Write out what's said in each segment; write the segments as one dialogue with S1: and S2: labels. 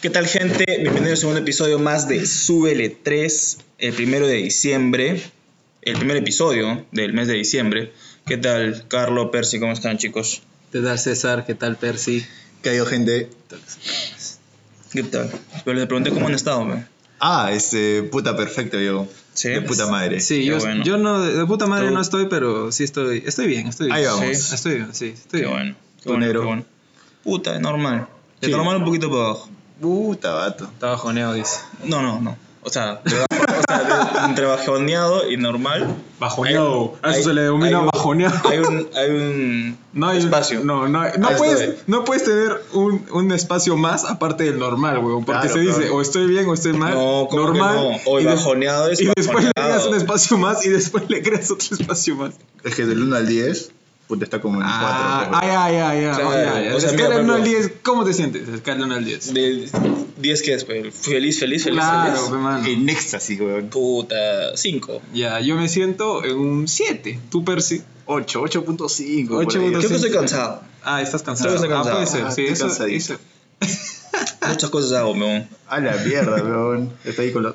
S1: ¿Qué tal gente? Bienvenidos a un episodio más de Súbele 3, el primero de diciembre, el primer episodio del mes de diciembre. ¿Qué tal, Carlo, Percy? ¿Cómo están, chicos?
S2: ¿Qué tal César? ¿Qué tal Percy?
S3: ¿Qué ha habido, gente?
S1: ¿Qué tal? Pero les pregunté cómo han estado, man.
S3: Ah, este, puta perfecto, Diego.
S1: Sí.
S3: De puta madre.
S2: Sí,
S1: Qué
S2: yo,
S1: bueno.
S2: yo no, de puta madre
S1: Tú-
S2: no estoy, pero sí estoy, estoy bien, estoy bien.
S3: Ahí vamos.
S1: Sí.
S2: Estoy bien, sí, estoy
S1: Qué
S2: bien.
S1: bueno. Qué
S3: Tú,
S1: bueno,
S3: negro.
S1: qué bueno. Puta, es normal. De
S3: Sí.
S1: normal un poquito para abajo.
S3: Puta, vato.
S2: Estaba joneo, dice.
S1: No, no, no. O sea, de bajo- o sea, de- entre bajoneado y normal
S2: Bajoneado.
S1: Hay-
S2: A eso
S1: hay-
S2: se le
S1: hay
S2: denomina
S1: un-
S2: bajoneado.
S1: hay un, hay un
S2: No hay
S1: espacio.
S2: No, no, hay- no
S3: Ahí estoy.
S2: puedes, no puedes tener un, un espacio más aparte del normal, weón. Porque
S3: Claro,
S2: se dice
S3: claro.
S2: o estoy bien o estoy mal.
S1: No, ¿cómo que
S2: normal.
S1: no? O
S2: y des-
S1: bajoneado es
S2: Y después le
S1: bajoneado.
S2: creas un espacio más y después le creas otro espacio más.
S3: Es que del 1 al 10, puta, está como en 4.
S2: Ah, ah, ya, ya, ya.
S1: Claro,
S2: ya, ya.
S1: o sea,
S2: Escala
S1: mira,
S2: 1 al
S1: pero-
S2: 10, ¿cómo te sientes? Escala 1 al 10.
S1: del 10 que después. Feliz, feliz, feliz.
S2: Claro,
S1: feliz.
S2: pe, mano.
S3: En éxtasis, weón.
S1: Puta, 5.
S2: Ya, yo me siento en un 7. Tú, Percy.
S3: 8, 8.5. por
S2: Ocho
S3: ahí.
S2: punto
S1: Creo que estoy
S2: sí.
S1: cansado.
S2: Ah, estás cansado.
S1: Creo que estoy
S2: Ah, puede
S1: cansado.
S2: ser.
S3: Ah,
S2: Sí,
S3: estoy
S2: eso-
S3: cansadito.
S2: eso.
S1: Muchas cosas hago, weón.
S3: A la mierda, weón. Está ahí con, los,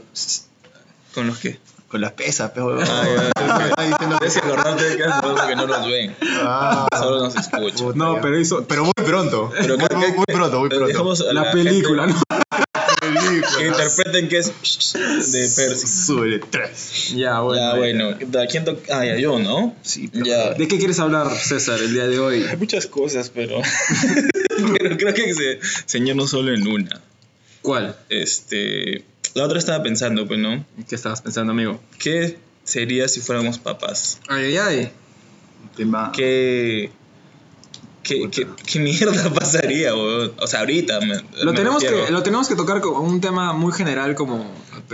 S1: ¿Con los que?
S3: con las pesas, pe, weón.
S1: Ah, ya,
S3: Está diciendo
S1: Es que acordarte que acordarte que no nos ven.
S3: Ah,
S1: Solo nos escuchan.
S3: puta,
S2: No,
S3: ya.
S2: pero hizo.
S3: Pero muy pronto.
S1: Pero
S3: muy,
S1: creo
S3: muy-
S1: que-
S3: muy pronto, muy
S1: Pero
S3: pronto.
S1: dejamos a
S2: La película,
S1: gente
S2: ¿no?
S1: Que
S3: Película.
S1: interpreten que es de Percy.
S2: pues.
S3: Súbele 3.
S2: Ya, bueno.
S1: Ya, bueno. ¿De quién toca? Ah, ya, yo, ¿no?
S3: Sí, pero-
S1: Ya.
S2: ¿De qué quieres hablar, César, el día de hoy?
S1: Hay muchas cosas, pero. pero creo que se, se no solo en una.
S2: ¿Cuál?
S1: Este. La otra estaba pensando, pues, ¿no?
S2: ¿Qué estabas pensando, amigo?
S1: ¿Qué sería si fuéramos papás?
S2: Ay, ay, ay.
S3: Tema.
S1: ¿Qué, qué, qué, qué mierda pasaría, weón? O sea, ahorita. me-
S2: Lo
S1: me
S2: tenemos,
S1: refiero.
S2: que, lo tenemos que tocar con un tema muy general, como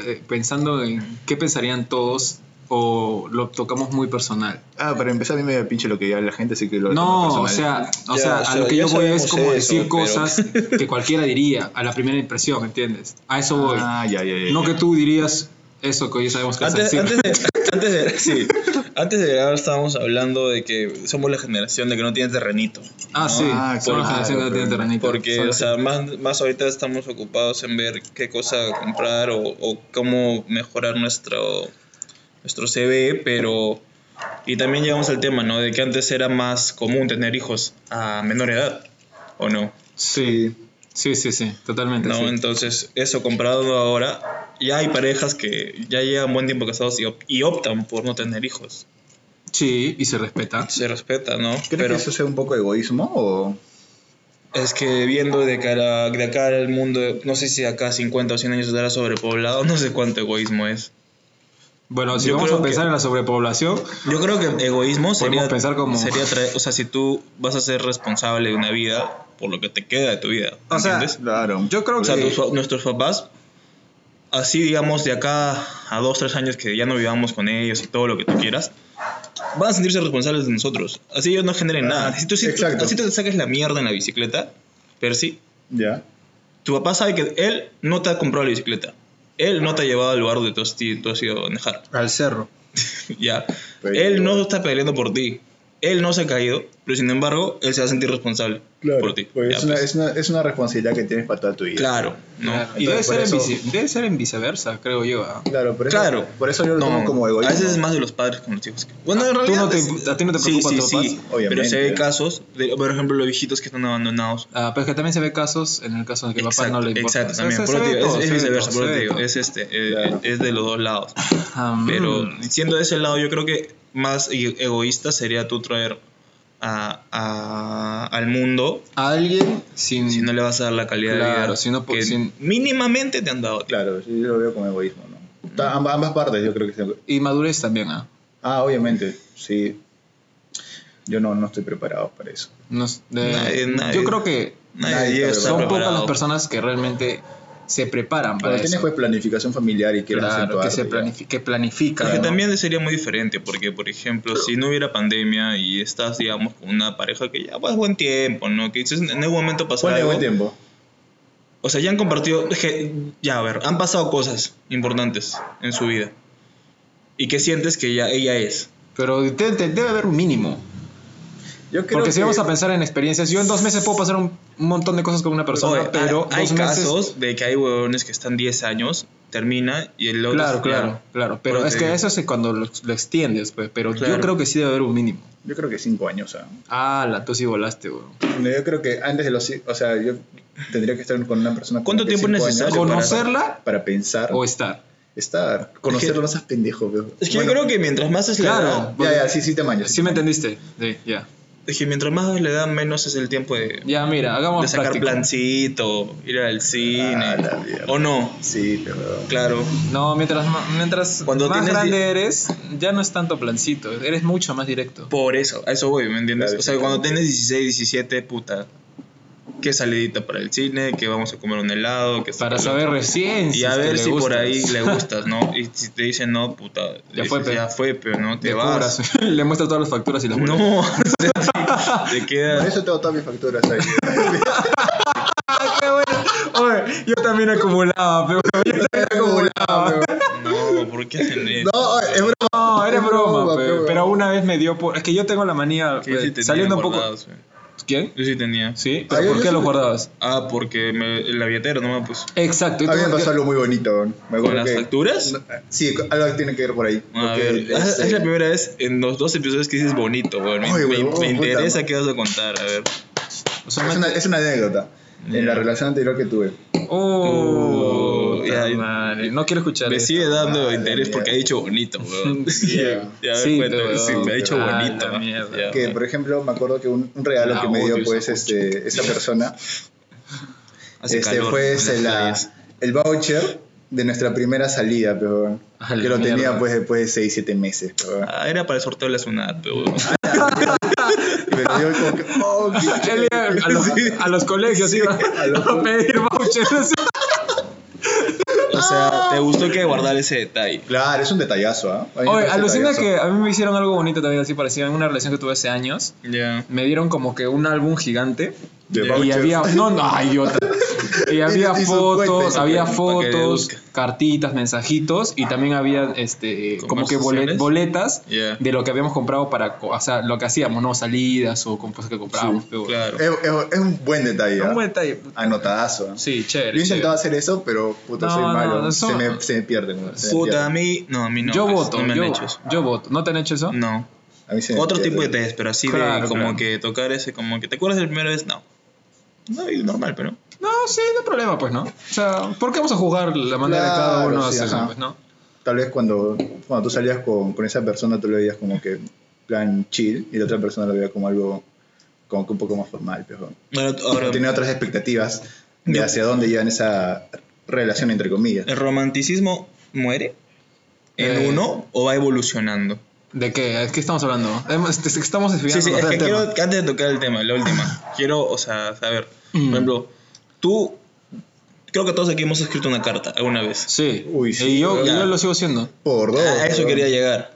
S2: eh, pensando en qué pensarían todos, o lo tocamos muy personal.
S3: Ah, para empezar, a mí me da pinche lo que ya la gente, así que lo
S2: No,
S3: tomo
S2: o
S3: personal.
S2: sea, o
S1: Ya,
S2: sea,
S1: o
S2: a
S1: sea,
S2: lo que
S1: ya
S2: yo voy es
S1: sabemos
S2: como
S1: eso,
S2: decir
S1: pero-
S2: cosas que cualquiera diría a la primera impresión, ¿entiendes? A eso voy.
S3: Ah, ya, ya, ya.
S2: No que tú dirías eso que hoy sabemos que vas a
S1: Antes,
S2: decir.
S1: antes de, antes, de, sí, antes de grabar estábamos hablando de que somos la generación de que no tiene terrenito.
S2: Ah, sí,
S3: Ah,
S2: son
S3: claro,
S2: las generaciones que
S3: pero-
S2: tienen terrenito.
S1: Porque,
S2: Son
S1: o
S2: las-
S1: sea, más, más ahorita estamos ocupados en ver qué cosa comprar o, o cómo mejorar nuestro, nuestro CV, pero... Y también llegamos al tema, ¿no? De que antes era más común tener hijos a menor edad, ¿o no?
S2: Sí, sí, sí, sí, totalmente.
S1: No,
S2: sí.
S1: entonces eso comparado ahora, ya hay parejas que ya llevan buen tiempo casados y, op- y optan por no tener hijos.
S2: Sí, y se respeta.
S1: Se respeta, ¿no?
S3: ¿Crees
S1: Pero
S3: que eso sea un poco egoísmo o.?
S1: es que viendo de cara de acá al mundo, no sé si acá 50 o 100 años estará sobrepoblado, no sé cuánto egoísmo es.
S2: Bueno, si
S1: Yo
S2: vamos
S1: creo
S2: a pensar
S1: que-
S2: en la sobrepoblación,
S1: Yo creo que egoísmo sería
S2: pensar como-
S1: sería traer- o sea, si tú vas a ser responsable de una vida por lo que te queda de tu vida,
S2: O sea,
S1: ¿entiendes?
S3: Claro.
S2: yo creo
S1: O
S2: que.
S1: sea, tus pa- nuestros papás, así digamos, de acá a dos, tres años que ya no vivamos con ellos y todo lo que tú quieras, van a sentirse responsables de nosotros. Así ellos no generen nada. Si tú, si tú-
S3: Exacto.
S1: así te saques la mierda en la bicicleta, Percy,
S3: Ya.
S1: tu papá sabe que él no te ha comprado la bicicleta. Él no te ha llevado al lugar donde tú has, ti- tú has ido a manejar.
S2: Al cerro.
S1: ya.
S3: Pero-
S1: él no está peleando por ti. Él no se ha caído, pero sin embargo, él se va a sentir responsable por ti.
S3: Porque
S1: Ya,
S3: es, una,
S1: pues.
S3: es, una, es una responsabilidad que tienes para toda tu vida.
S1: Claro, ¿no?
S2: Claro. Y
S3: Entonces,
S2: debe ser,
S3: por
S2: en
S3: eso-
S2: vice- debe ser en viceversa, creo yo. ¿ah?
S3: Claro, por eso,
S1: Claro.
S3: Por eso yo lo tomo como
S1: A
S3: egoísmo. Ah,
S1: veces es más de los padres con los hijos. Bueno, en
S2: ¿Tú
S1: realidad.
S2: no te-
S1: es-
S2: a ti no te preocupa
S1: sí,
S2: tu
S1: sí,
S2: papá?
S1: sí, Pero
S3: Obviamente.
S1: si hay casos, de, por ejemplo, los viejitos que están abandonados.
S2: Ah, pero es que también se ve casos en el caso de que el papá
S1: Exacto,
S2: no le importa.
S1: exacto,
S2: O sea,
S1: también.
S2: se-
S1: Por
S2: se
S1: eso
S2: ve
S1: te digo,
S2: todo,
S1: es,
S2: se
S1: es
S2: ve
S1: viceversa,
S2: todo,
S1: por
S2: se
S1: eso te
S2: ve
S1: digo,
S2: todo.
S1: es este, eh,
S3: Claro.
S1: es de los dos lados.
S2: Ah,
S1: Pero
S2: mm.
S1: siendo de ese lado, yo creo que más e- egoísta sería tú traer a, a- al mundo
S2: a alguien sin.
S1: si no le vas a dar la calidad de vida
S2: Mm. Claro, si no po-
S1: que
S2: si-
S1: mínimamente te han dado.
S3: Claro, yo lo veo como egoísmo, ¿no? Ta- amba- ambas partes yo creo que se-
S2: Y madurez también, ¿ah?
S3: Ah, obviamente, sí. Yo no, no estoy preparado para eso.
S2: No es- de-
S1: Nadie- nadie-
S2: yo creo que
S1: Nadie
S3: Nadie
S1: llega a
S3: está
S1: estar
S2: son pocas
S1: preparado.
S2: las personas que realmente se preparan para
S3: Cuando tienes
S2: eso.
S3: pues planificación familiar y quieres hacer
S2: claro,
S3: tu
S2: que,
S3: arte,
S2: se
S3: ya.
S2: planifi- que planifican.
S1: Es que
S2: ¿no?
S1: también sería muy diferente, porque, por ejemplo, si no hubiera pandemia y estás, digamos, con una pareja que ya va buen tiempo, ¿no? Que dices, en algún momento pasará
S3: Ponle
S1: algo.
S3: buen tiempo.
S1: O sea, ya han compartido, es que, ya, a ver, han pasado cosas importantes en su vida. Y que sientes que ya ella es.
S2: Pero de- de- debe haber un mínimo.
S3: Yo creo
S2: Porque si
S3: que-
S2: vamos a pensar en experiencias, yo en dos meses puedo pasar un un montón de cosas con una persona,
S1: Oye,
S2: pero
S1: hay, hay
S2: dos meses-
S1: casos de que hay huevones que están 10 años, termina y el otro.
S2: Claro,
S1: se-
S2: claro, claro. Pero
S1: Bueno,
S2: es
S1: te
S2: que
S1: digo.
S2: eso es cuando lo, lo extiendes, pues. Pero yo
S1: Claro.
S2: creo que sí debe haber un mínimo.
S3: Yo creo que cinco años, o sea.
S2: Ah, la tú sí volaste, weón.
S3: No, Yo creo que antes de los. ci- O sea, yo tendría que estar con una persona. como
S1: ¿Cuánto
S3: que
S1: tiempo es
S3: cinco años
S1: necesario
S3: para-
S2: ¿Conocerla?
S3: Para, pensar.
S2: O estar.
S3: estar. Conocerlo no seas pendejo, veo.
S1: Es que yo creo que mientras más es la
S2: Claro.
S1: edad,
S3: Ya, ya, sí, sí te mañas.
S2: ¿Sí me entendiste? Sí, ya.
S1: es que mientras más es la edad, menos es el tiempo de,
S2: Ya, mira, hagamos
S1: de sacar
S2: práctico.
S1: plancito, ir al cine.
S3: Ah, la mierda.
S1: o no,
S3: Sí, pero.
S1: claro.
S2: No, mientras, ma- mientras
S1: Cuando
S2: más
S1: tienes
S2: grande
S1: di-
S2: eres, ya no es tanto plancito, eres mucho más directo.
S1: Por eso, a eso voy, ¿me entiendes?
S3: Claro,
S1: o sea,
S3: sí,
S1: cuando
S3: claro.
S1: tienes 16, 17, puta, qué salidita para el cine, que vamos a comer un helado, que
S2: Para
S1: esto, que lo
S2: saber
S1: otro.
S2: recién
S1: Y a
S2: es que
S1: ver
S2: le
S1: si por
S2: gustas.
S1: ahí le gustas, ¿no? Y si te dicen no, puta, le
S2: Ya fue,
S1: dices,
S2: pe.
S1: ya fue, pero no te
S2: Le
S1: vas.
S2: cobras, le muestras todas las facturas y las vuelves.
S1: No, te
S3: Por
S1: quedas.
S3: eso tengo todas mis facturas ahí.
S2: Ah, Oye, yo también acumulaba, pero yo también
S1: ah.
S2: acumulaba.
S1: No, ¿por qué hacen eso?
S3: Pues, No, es broma.
S2: No, era
S3: Es
S2: broma,
S3: broma,
S2: pe,
S3: pero-
S2: pero una vez me dio por... Es que yo tengo la manía,
S1: Que yo
S2: pe,
S3: pues,
S1: sí tenía
S2: saliendo un poco...
S1: guardados, güey.
S2: ¿Quién?
S1: Yo sí tenía.
S2: Sí,
S3: Ah,
S2: pero
S3: yo-
S2: ¿por
S3: yo
S2: qué
S3: sí
S2: los
S3: me-
S2: guardabas?
S1: Ah, porque me, la billetera no pues. me puso.
S2: Exacto. y
S3: A mí
S2: tú-
S3: me pasó algo muy bonito. weón. Me acuerdo
S1: ¿Con las
S3: que-
S1: facturas?
S3: No, eh, Sí, algo tiene que ver por ahí.
S1: A
S3: Porque,
S1: ver, es,
S3: este,
S1: es la primera vez en los dos episodios que dices bonito, güey. Me,
S3: Ay, güey,
S1: me-
S3: oh,
S1: me
S3: puta,
S1: interesa
S3: no.
S1: qué vas a contar, a ver.
S2: o sea,
S3: es
S2: me-
S3: una, es una anécdota. En la relación anterior que tuve.
S2: Oh,
S1: Oh,
S2: puta
S1: ya-
S2: madre, no quiero escuchar
S1: Me
S2: eso.
S1: sigue dando
S3: madre
S1: interés
S3: mía.
S1: porque ha dicho bonito, güey.
S3: Yeah.
S1: Ya, a ver,
S2: Sí,
S1: cuéntame,
S2: pero-
S1: sí, me ha dicho
S2: Ah, la
S1: bonito. ¿no?
S2: mierda.
S1: Ya,
S3: Que,
S1: ya.
S3: por ejemplo, me acuerdo que un, un regalo
S2: La
S3: que me
S2: odio
S3: dio
S2: esa
S3: pues este, esa persona
S1: Hace
S3: este,
S1: calor
S3: fue
S1: en
S3: este,
S1: las
S3: la-
S1: calles.
S3: el voucher de nuestra primera salida, pero bueno,
S2: A Ah, la
S3: que lo tenía
S2: mierda.
S3: pues después de 6, 7 meses. Pero, bueno.
S1: Ah, era para el sorteo de la SUNAT, pero güey.
S3: Y me lo dio como que, oh, qué
S2: Él
S3: chévere.
S2: iba a los, a los colegios iba a pedir vouchers.
S1: O sea, te gustó
S3: Ah.
S1: que guardar ese detalle.
S3: Claro, es un detallazo, ¿ah? A mí me
S2: Oye,
S3: parece
S2: alucina
S3: detallazo.
S2: que a mí me hicieron algo bonito también, así parecido. En una relación que tuve hace años,
S1: Ya.
S2: me dieron como que un álbum gigante.
S3: De
S1: Y
S2: Y
S3: vouchers.
S2: había. No, no, ay, idiota. Y había
S3: Y- y sus
S2: fotos,
S3: cuentas,
S2: había
S1: para que
S2: fotos,
S1: deduzca.
S2: cartitas, mensajitos y también había este como que bole-
S1: Conversaciones.
S2: boletas
S1: Ya.
S2: de lo que habíamos comprado para, co- o sea, lo que hacíamos, ¿no? Salidas o con cosas que comprábamos. pero-
S1: Claro.
S3: Es, es- es un buen detalle.
S2: Un
S3: ¿ah?
S2: buen detalle. puta.
S3: Anotadazo. ¿ah?
S2: Sí,
S3: Yo
S2: chévere.
S3: he intentado
S2: chévere.
S3: hacer eso, pero puta,
S2: No,
S3: soy
S2: no,
S3: malo.
S2: no,
S3: se,
S2: son-
S3: me, se me pierden. se me
S1: Puta, a
S3: pierden.
S1: mí. No, a mí no.
S2: yo
S1: pues,
S2: voto,
S1: No me
S2: yo,
S1: han hecho eso.
S2: yo voto. ¿No te han hecho eso?
S1: No.
S3: A mí se me
S1: Otro tipo de
S3: pierden.
S1: test, pero así
S2: Claro,
S1: de como
S2: claro.
S1: que tocar ese, como que te acuerdas de la primera vez, no. No, y normal, pero.
S2: No, sí, no hay problema, pues, ¿no? O sea, ¿por qué vamos a jugar la manera de cada
S3: Claro,
S2: uno de
S3: sí,
S2: hacerlo,
S3: ajá.
S2: pues, no?
S3: Tal vez cuando, cuando tú salías con, con esa persona, tú lo veías como que plan chill y la otra persona lo veía como algo como que un poco más formal. Pero
S1: Ahora, ahora,
S3: tenía otras expectativas de
S1: Yo-
S3: hacia dónde llevan esa relación, entre comillas.
S1: ¿el romanticismo muere en
S2: Eh.
S1: uno o va evolucionando?
S2: ¿De qué? ¿De qué estamos hablando? Hemos- te- te- Estamos
S1: Sí,
S2: desviando
S1: sí, es que
S2: del tema.
S1: quiero, antes de tocar el tema, la última, quiero, o sea, saber,
S2: Mm.
S1: por ejemplo, tú, creo que todos aquí hemos escrito una carta alguna vez.
S2: Sí.
S3: Uy, sí,
S2: y yo,
S1: ya.
S2: yo lo sigo haciendo.
S3: Por dos.
S2: Ah,
S1: A eso
S3: weón.
S1: quería llegar,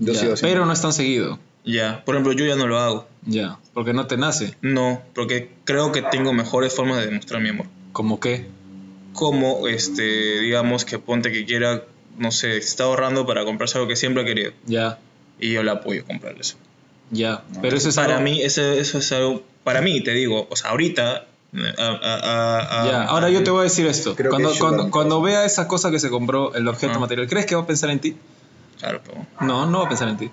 S3: Yo
S2: Ya,
S3: sigo
S2: pero
S3: haciendo.
S2: no es tan seguido.
S1: ya. Por ejemplo, yo ya no lo hago.
S2: Ya. Porque no te nace.
S1: No, porque creo que tengo mejores formas de demostrar mi amor.
S2: ¿Cómo qué?
S1: como este digamos que ponte que quiera no sé está ahorrando para comprarse algo que siempre ha querido
S2: Ya.
S1: y yo le apoyo a comprarle eso
S2: Ya. pero eso es
S1: para
S2: algo-
S1: mí ese- eso es algo para mí te digo o sea ahorita eh, a- a- a- a-
S2: Ya, ahora yo te voy a decir esto.
S3: Creo que
S2: Cuando,
S3: es
S2: cuando,
S3: Sugar.
S2: cuando vea esa cosa que se compró, el objeto
S1: Ajá.
S2: material, ¿crees que va a pensar en ti?
S1: claro pero
S2: No, no va a pensar en ti.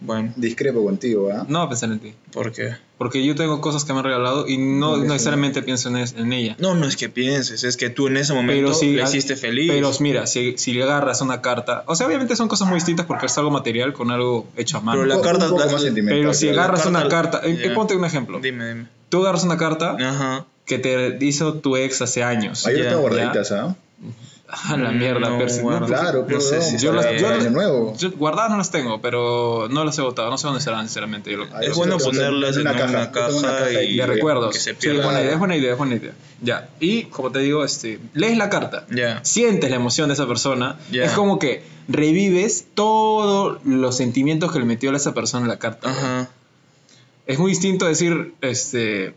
S1: bueno
S3: Discrepo contigo, ¿ah?
S2: No va a pensar en ti.
S1: porque
S2: Porque yo tengo cosas que me han regalado y no
S3: Porque sí.
S2: necesariamente pienso en, es- en ella.
S1: no no es que pienses es que tú en ese momento
S2: Pero si,
S1: la hiciste feliz
S2: Pero mira, si, si le agarras una carta, o sea, obviamente son cosas muy distintas porque es algo material con algo hecho a mano.
S1: Pero la
S3: Un po-
S1: carta-
S3: un poco
S1: la-
S3: más sentimental,
S2: Pero si
S3: claro.
S2: agarras una carta, eh,
S1: Ya.
S2: ponte un ejemplo.
S1: dime dime
S2: Tú agarras una carta
S1: ajá
S2: que te hizo tu ex hace años.
S3: Ahí
S1: Ya,
S3: tengo
S2: ya.
S3: guardaditas, ¿ah?
S2: A la mierda,
S1: Mm, No,
S2: pero si- no,
S1: guarda.
S3: Claro,
S1: No
S3: pero
S1: sé si
S2: yo
S3: para
S2: las- yo
S3: año
S2: las-
S3: nuevo.
S2: yo guardadas no las tengo, pero no las he votado. No sé dónde serán, sinceramente. Yo lo-
S1: es
S3: Ahí yo
S1: bueno
S3: tengo
S1: ponerlas en una
S3: yo tengo una
S1: caja y-
S2: de
S1: que-
S2: recuerdos.
S1: que se
S2: sí, es
S1: pierda.
S2: buena idea, es buena idea, es buena idea. Ya. Y como te digo, este, lees la carta.
S1: ya
S2: Sientes la emoción de esa persona.
S1: Ya.
S2: Es como que revives todos los sentimientos que le metió a esa persona en la carta.
S1: ajá
S2: Es muy distinto decir, este.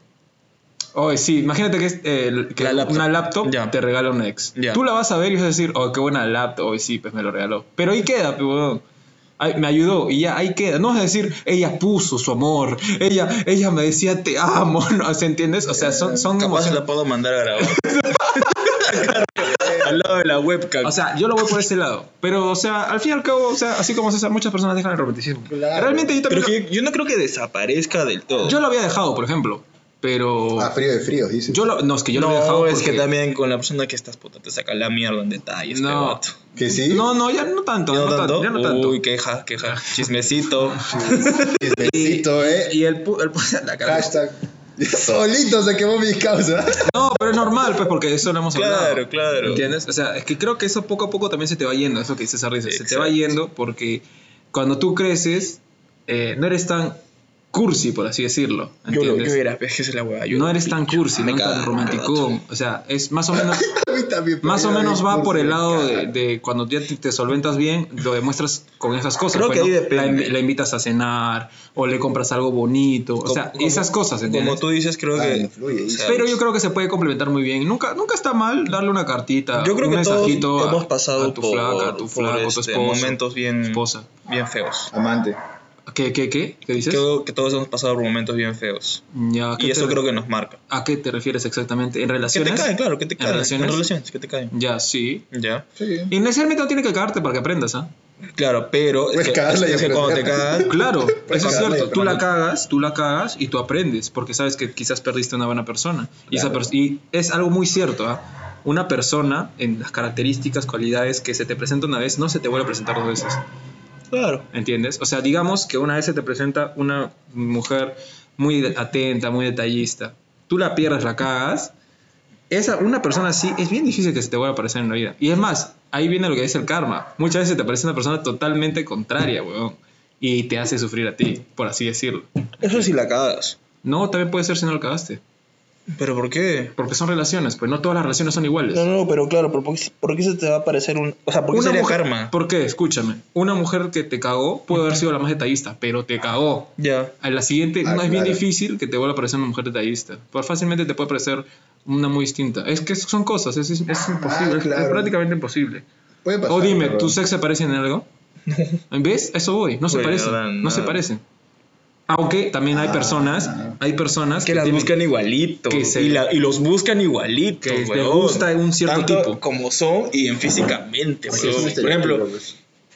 S2: Oye, sí, imagínate que, es, eh, que
S1: La laptop.
S2: una laptop
S1: Ya.
S2: te regala un ex.
S1: Ya.
S2: oh, Tú la vas a ver y vas a decir, oh, qué buena laptop, oye, sí, pues me lo regaló. Pero ahí queda, pues, weón. ay, me ayudó y ya ahí queda. No es decir, ella puso su amor, ella, ella me decía te amo, ¿no? ¿se entiendes? O sea, son, son
S1: Capaz
S2: emociones.
S1: la puedo mandar a grabar. Al lado de la webcam.
S2: O sea, yo lo voy por ese lado. Pero, o sea, al fin y al cabo, o sea, así como César, muchas personas dejan el romanticismo.
S3: Claro.
S2: Realmente yo
S1: pero
S2: también.
S1: que yo, yo no creo que desaparezca del todo.
S2: lo- yo lo había dejado, por ejemplo. Pero.
S3: Ah, frío de fríos, dices.
S2: Yo lo, no, es que yo
S1: pues, no,
S2: lo había dejado.
S1: es que
S2: porque-
S1: también con la persona que estás puta te saca la mierda en detalles.
S2: No.
S1: No. Este vato.
S3: Que sí.
S2: No, no, ya no tanto.
S1: ¿Ya
S2: no
S1: no
S2: tan-
S1: tanto?
S2: ya no tanto.
S1: Uy, queja, queja. Chismecito.
S3: Besito, eh.
S2: Y el, pu- el pu- la cara.
S3: Hashtag. Solito se quemó mi causa.
S2: No, pero es normal, pues, porque de eso lo hemos hablado.
S1: claro, claro.
S2: ¿Entiendes? O sea, es que creo que eso poco a poco también se te va yendo, eso que César dice, se te va
S1: Exacto.
S2: yendo porque cuando tú creces, eh, no eres tan cursi, por así decirlo.
S1: Yo, lo,
S2: ¿entiendes?
S1: yo era, es que esa es la hueá. Yo
S2: no eres tan cursi,
S1: Me
S2: no
S1: caga,
S2: tan romanticón. O sea, es más o menos,
S3: A mí también. pero
S2: más o
S3: yo era
S2: menos
S3: bien
S2: va
S3: cursi.
S2: por el lado de, de cuando ya te, te solventas bien, lo demuestras con esas cosas.
S1: Creo
S2: pues,
S1: que ahí
S2: ¿no? la,
S1: depende.
S2: invi- la invitas a cenar o le compras algo bonito, o
S1: Como-
S2: sea,
S1: como-
S2: esas cosas, ¿entiendes?
S1: Como tú dices, creo
S3: Ah,
S1: que.
S3: influye,
S1: o sea,
S2: Pero yo creo que se puede complementar muy bien. Nunca, nunca está mal darle una cartita.
S1: yo creo
S2: un
S1: que todos
S2: mensajito a-
S1: hemos pasado
S2: a tu
S1: por,
S2: flaca, a tu flaco,
S1: por,
S2: tu
S1: este,
S2: esposo,
S1: momentos bien,
S2: esposa.
S1: bien feos.
S3: Amante.
S2: ¿Qué, qué, qué? ¿Qué dices?
S1: Creo que todos hemos pasado por momentos bien feos.
S2: Ya, ¿a qué
S1: Y eso
S2: te-
S1: creo que nos marca.
S2: ¿A qué te refieres exactamente? ¿En
S1: Que te
S2: relaciones?
S1: caen, claro, que te
S2: ¿En
S1: caen.
S2: relaciones?
S1: En relaciones, que te caen.
S2: Ya, sí.
S1: Ya.
S3: Sí.
S2: Y necesariamente no tiene que cagarte para que aprendas, ¿ah?
S1: Claro, pero.
S3: Puedes
S1: es que,
S3: Pues cagarla y
S1: es que cuando te
S3: aprender.
S1: cagan.
S2: Claro, eso es
S3: cagarla,
S2: cierto.
S3: pero
S2: Tú la
S3: no-
S2: cagas, tú la cagas y tú aprendes, porque sabes que quizás perdiste a una buena persona. Y, esa
S3: Claro.
S2: pers- y es algo muy cierto, ¿ah? Una persona en las características, cualidades que se te presenta una vez, no se te vuelve a presentar dos veces.
S1: Claro.
S2: ¿Entiendes? O sea, digamos que una vez se te presenta una mujer muy de- atenta, muy detallista. Tú la pierdes, la cagas. Esa, una persona así es bien difícil que se te vuelva a aparecer en la vida. Y es más, ahí viene lo que dice el karma. Muchas veces te aparece una persona totalmente contraria, weón. Y te hace sufrir a ti, por así decirlo.
S1: Eso sí la cagas.
S2: No, también puede ser si no lo cagaste.
S1: ¿Pero por qué?
S2: Porque son relaciones, pues no todas las relaciones son iguales.
S1: No, no, pero claro, pero ¿por qué, por qué se te va a parecer un. O sea, ¿por qué
S2: Una
S1: sería
S2: mujer-
S1: karma?
S2: ¿Por qué? Escúchame. Una mujer que te cagó puede haber sido la más detallista, pero te cagó.
S1: Ya.
S2: A la siguiente,
S3: Ah,
S2: no es bien
S3: claro.
S2: difícil que te vuelva a aparecer una mujer detallista. Pues fácilmente te puede aparecer una muy distinta. Es que son cosas, es, es- es imposible,
S3: Ah,
S2: es- es,
S3: claro.
S2: prácticamente imposible.
S3: Puede pasar.
S2: o dime,
S3: pero-
S2: ¿tus ex se parecen en algo? ¿Ves? A Eso voy, no se
S1: Güey,
S2: parecen,
S1: nada,
S2: no
S1: nada.
S2: se parecen. Aunque también hay
S3: Ah.
S2: personas, hay personas
S1: Que las
S2: tienen-
S1: buscan igualito.
S2: que se-
S1: y, la- y los buscan igualitos.
S2: Que les
S1: weón.
S2: gusta un cierto
S1: Tanto
S2: tipo.
S1: como son y en físicamente.
S3: Sí,
S1: weón.
S3: es un
S1: Por ejemplo,
S3: estereotipo,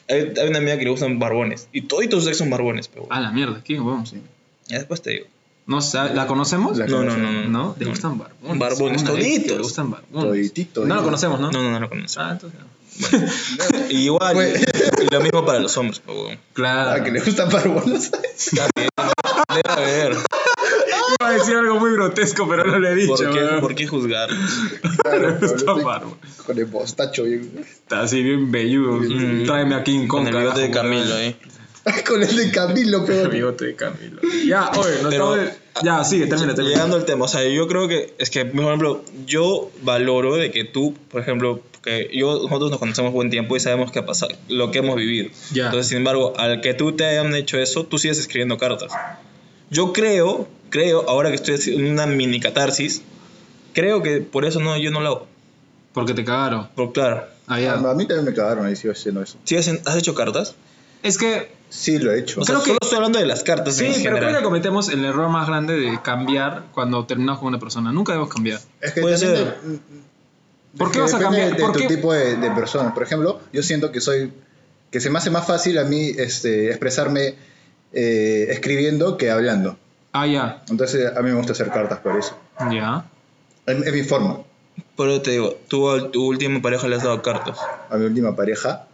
S3: pues.
S1: hay, hay una amiga que le gustan barbones. Y todos tus ex son barbones, pero.
S2: Ah, la mierda, ¿quién? Vamos.
S3: Sí.
S1: Ya después te digo.
S2: No, sa- ¿La conocemos?
S3: La-
S1: No, no, no. No,
S2: No, le gustan barbones.
S1: Barbones,
S2: Una vez que
S1: toditos.
S2: Le gustan barbones.
S3: Toditito,
S2: No lo
S3: digo.
S2: conocemos, ¿no?
S1: No, no, no lo conozco.
S2: Ah, entonces no.
S1: Y igual.
S3: Pues-
S1: y, y lo mismo para los hombres, pero. weón.
S3: Ah,
S2: Claro.
S3: que le gustan parbolas.
S1: Debe haber.
S2: Iba a decir algo muy grotesco, pero no lo he dicho.
S1: ¿Por qué,
S2: weón.
S1: por qué juzgar?
S3: Claro, pero
S2: Está
S3: estoy
S2: bárbaro.
S3: Con el bostacho, bien.
S2: Está así bien velludo.
S1: Mm.
S2: Tráeme a King Kong.
S1: Con el bigote de
S2: carajo,
S1: Camilo,
S2: weón.
S1: eh.
S3: Con el de Camilo,
S2: El
S3: pero.
S2: bigote de Camilo. Ya, oye, no
S1: Pero-
S2: estamos- Ya, sigue, termina, termina.
S1: Llegando al tema, o sea, yo creo que es que, por ejemplo, yo valoro de que tú, por ejemplo, que yo, nosotros nos conocemos buen tiempo y sabemos qué ha pasado, lo que hemos vivido.
S2: Ya.
S1: Entonces, sin embargo, al que tú te hayan hecho eso, tú sigues escribiendo cartas. Yo creo, creo, ahora que estoy haciendo una mini catarsis, creo que por eso no, yo no lo hago.
S2: Porque te cagaron.
S1: Pero claro,
S2: Ah,
S3: Ah, no,
S2: ya.
S3: A mí también me cagaron ahí, sí, haciendo eso.
S1: ¿sí has, has hecho cartas?
S2: Es que.
S3: Sí, lo he hecho.
S1: O sea,
S2: Creo que-
S1: solo estoy hablando de las cartas
S2: Sí,
S1: en
S2: pero creo
S1: general.
S2: que cometemos el error más grande de cambiar cuando terminamos con una persona. Nunca debemos cambiar.
S3: es que
S1: puede
S3: también
S1: ser.
S3: de-
S2: ¿Por
S3: es
S2: qué
S3: que
S2: vas a
S3: depende
S2: cambiar?
S3: De,
S2: ¿Por
S3: tu
S2: qué?
S3: tipo de, de personas. Por ejemplo, yo siento que soy. que se me hace más fácil a mí este, expresarme eh, escribiendo que hablando.
S2: Ah, ya.
S3: Entonces, a mí me gusta hacer cartas por eso.
S2: Ya.
S3: Es, es mi forma.
S1: Por eso te digo, tú a tu última pareja le has dado cartas.
S3: A mi última pareja.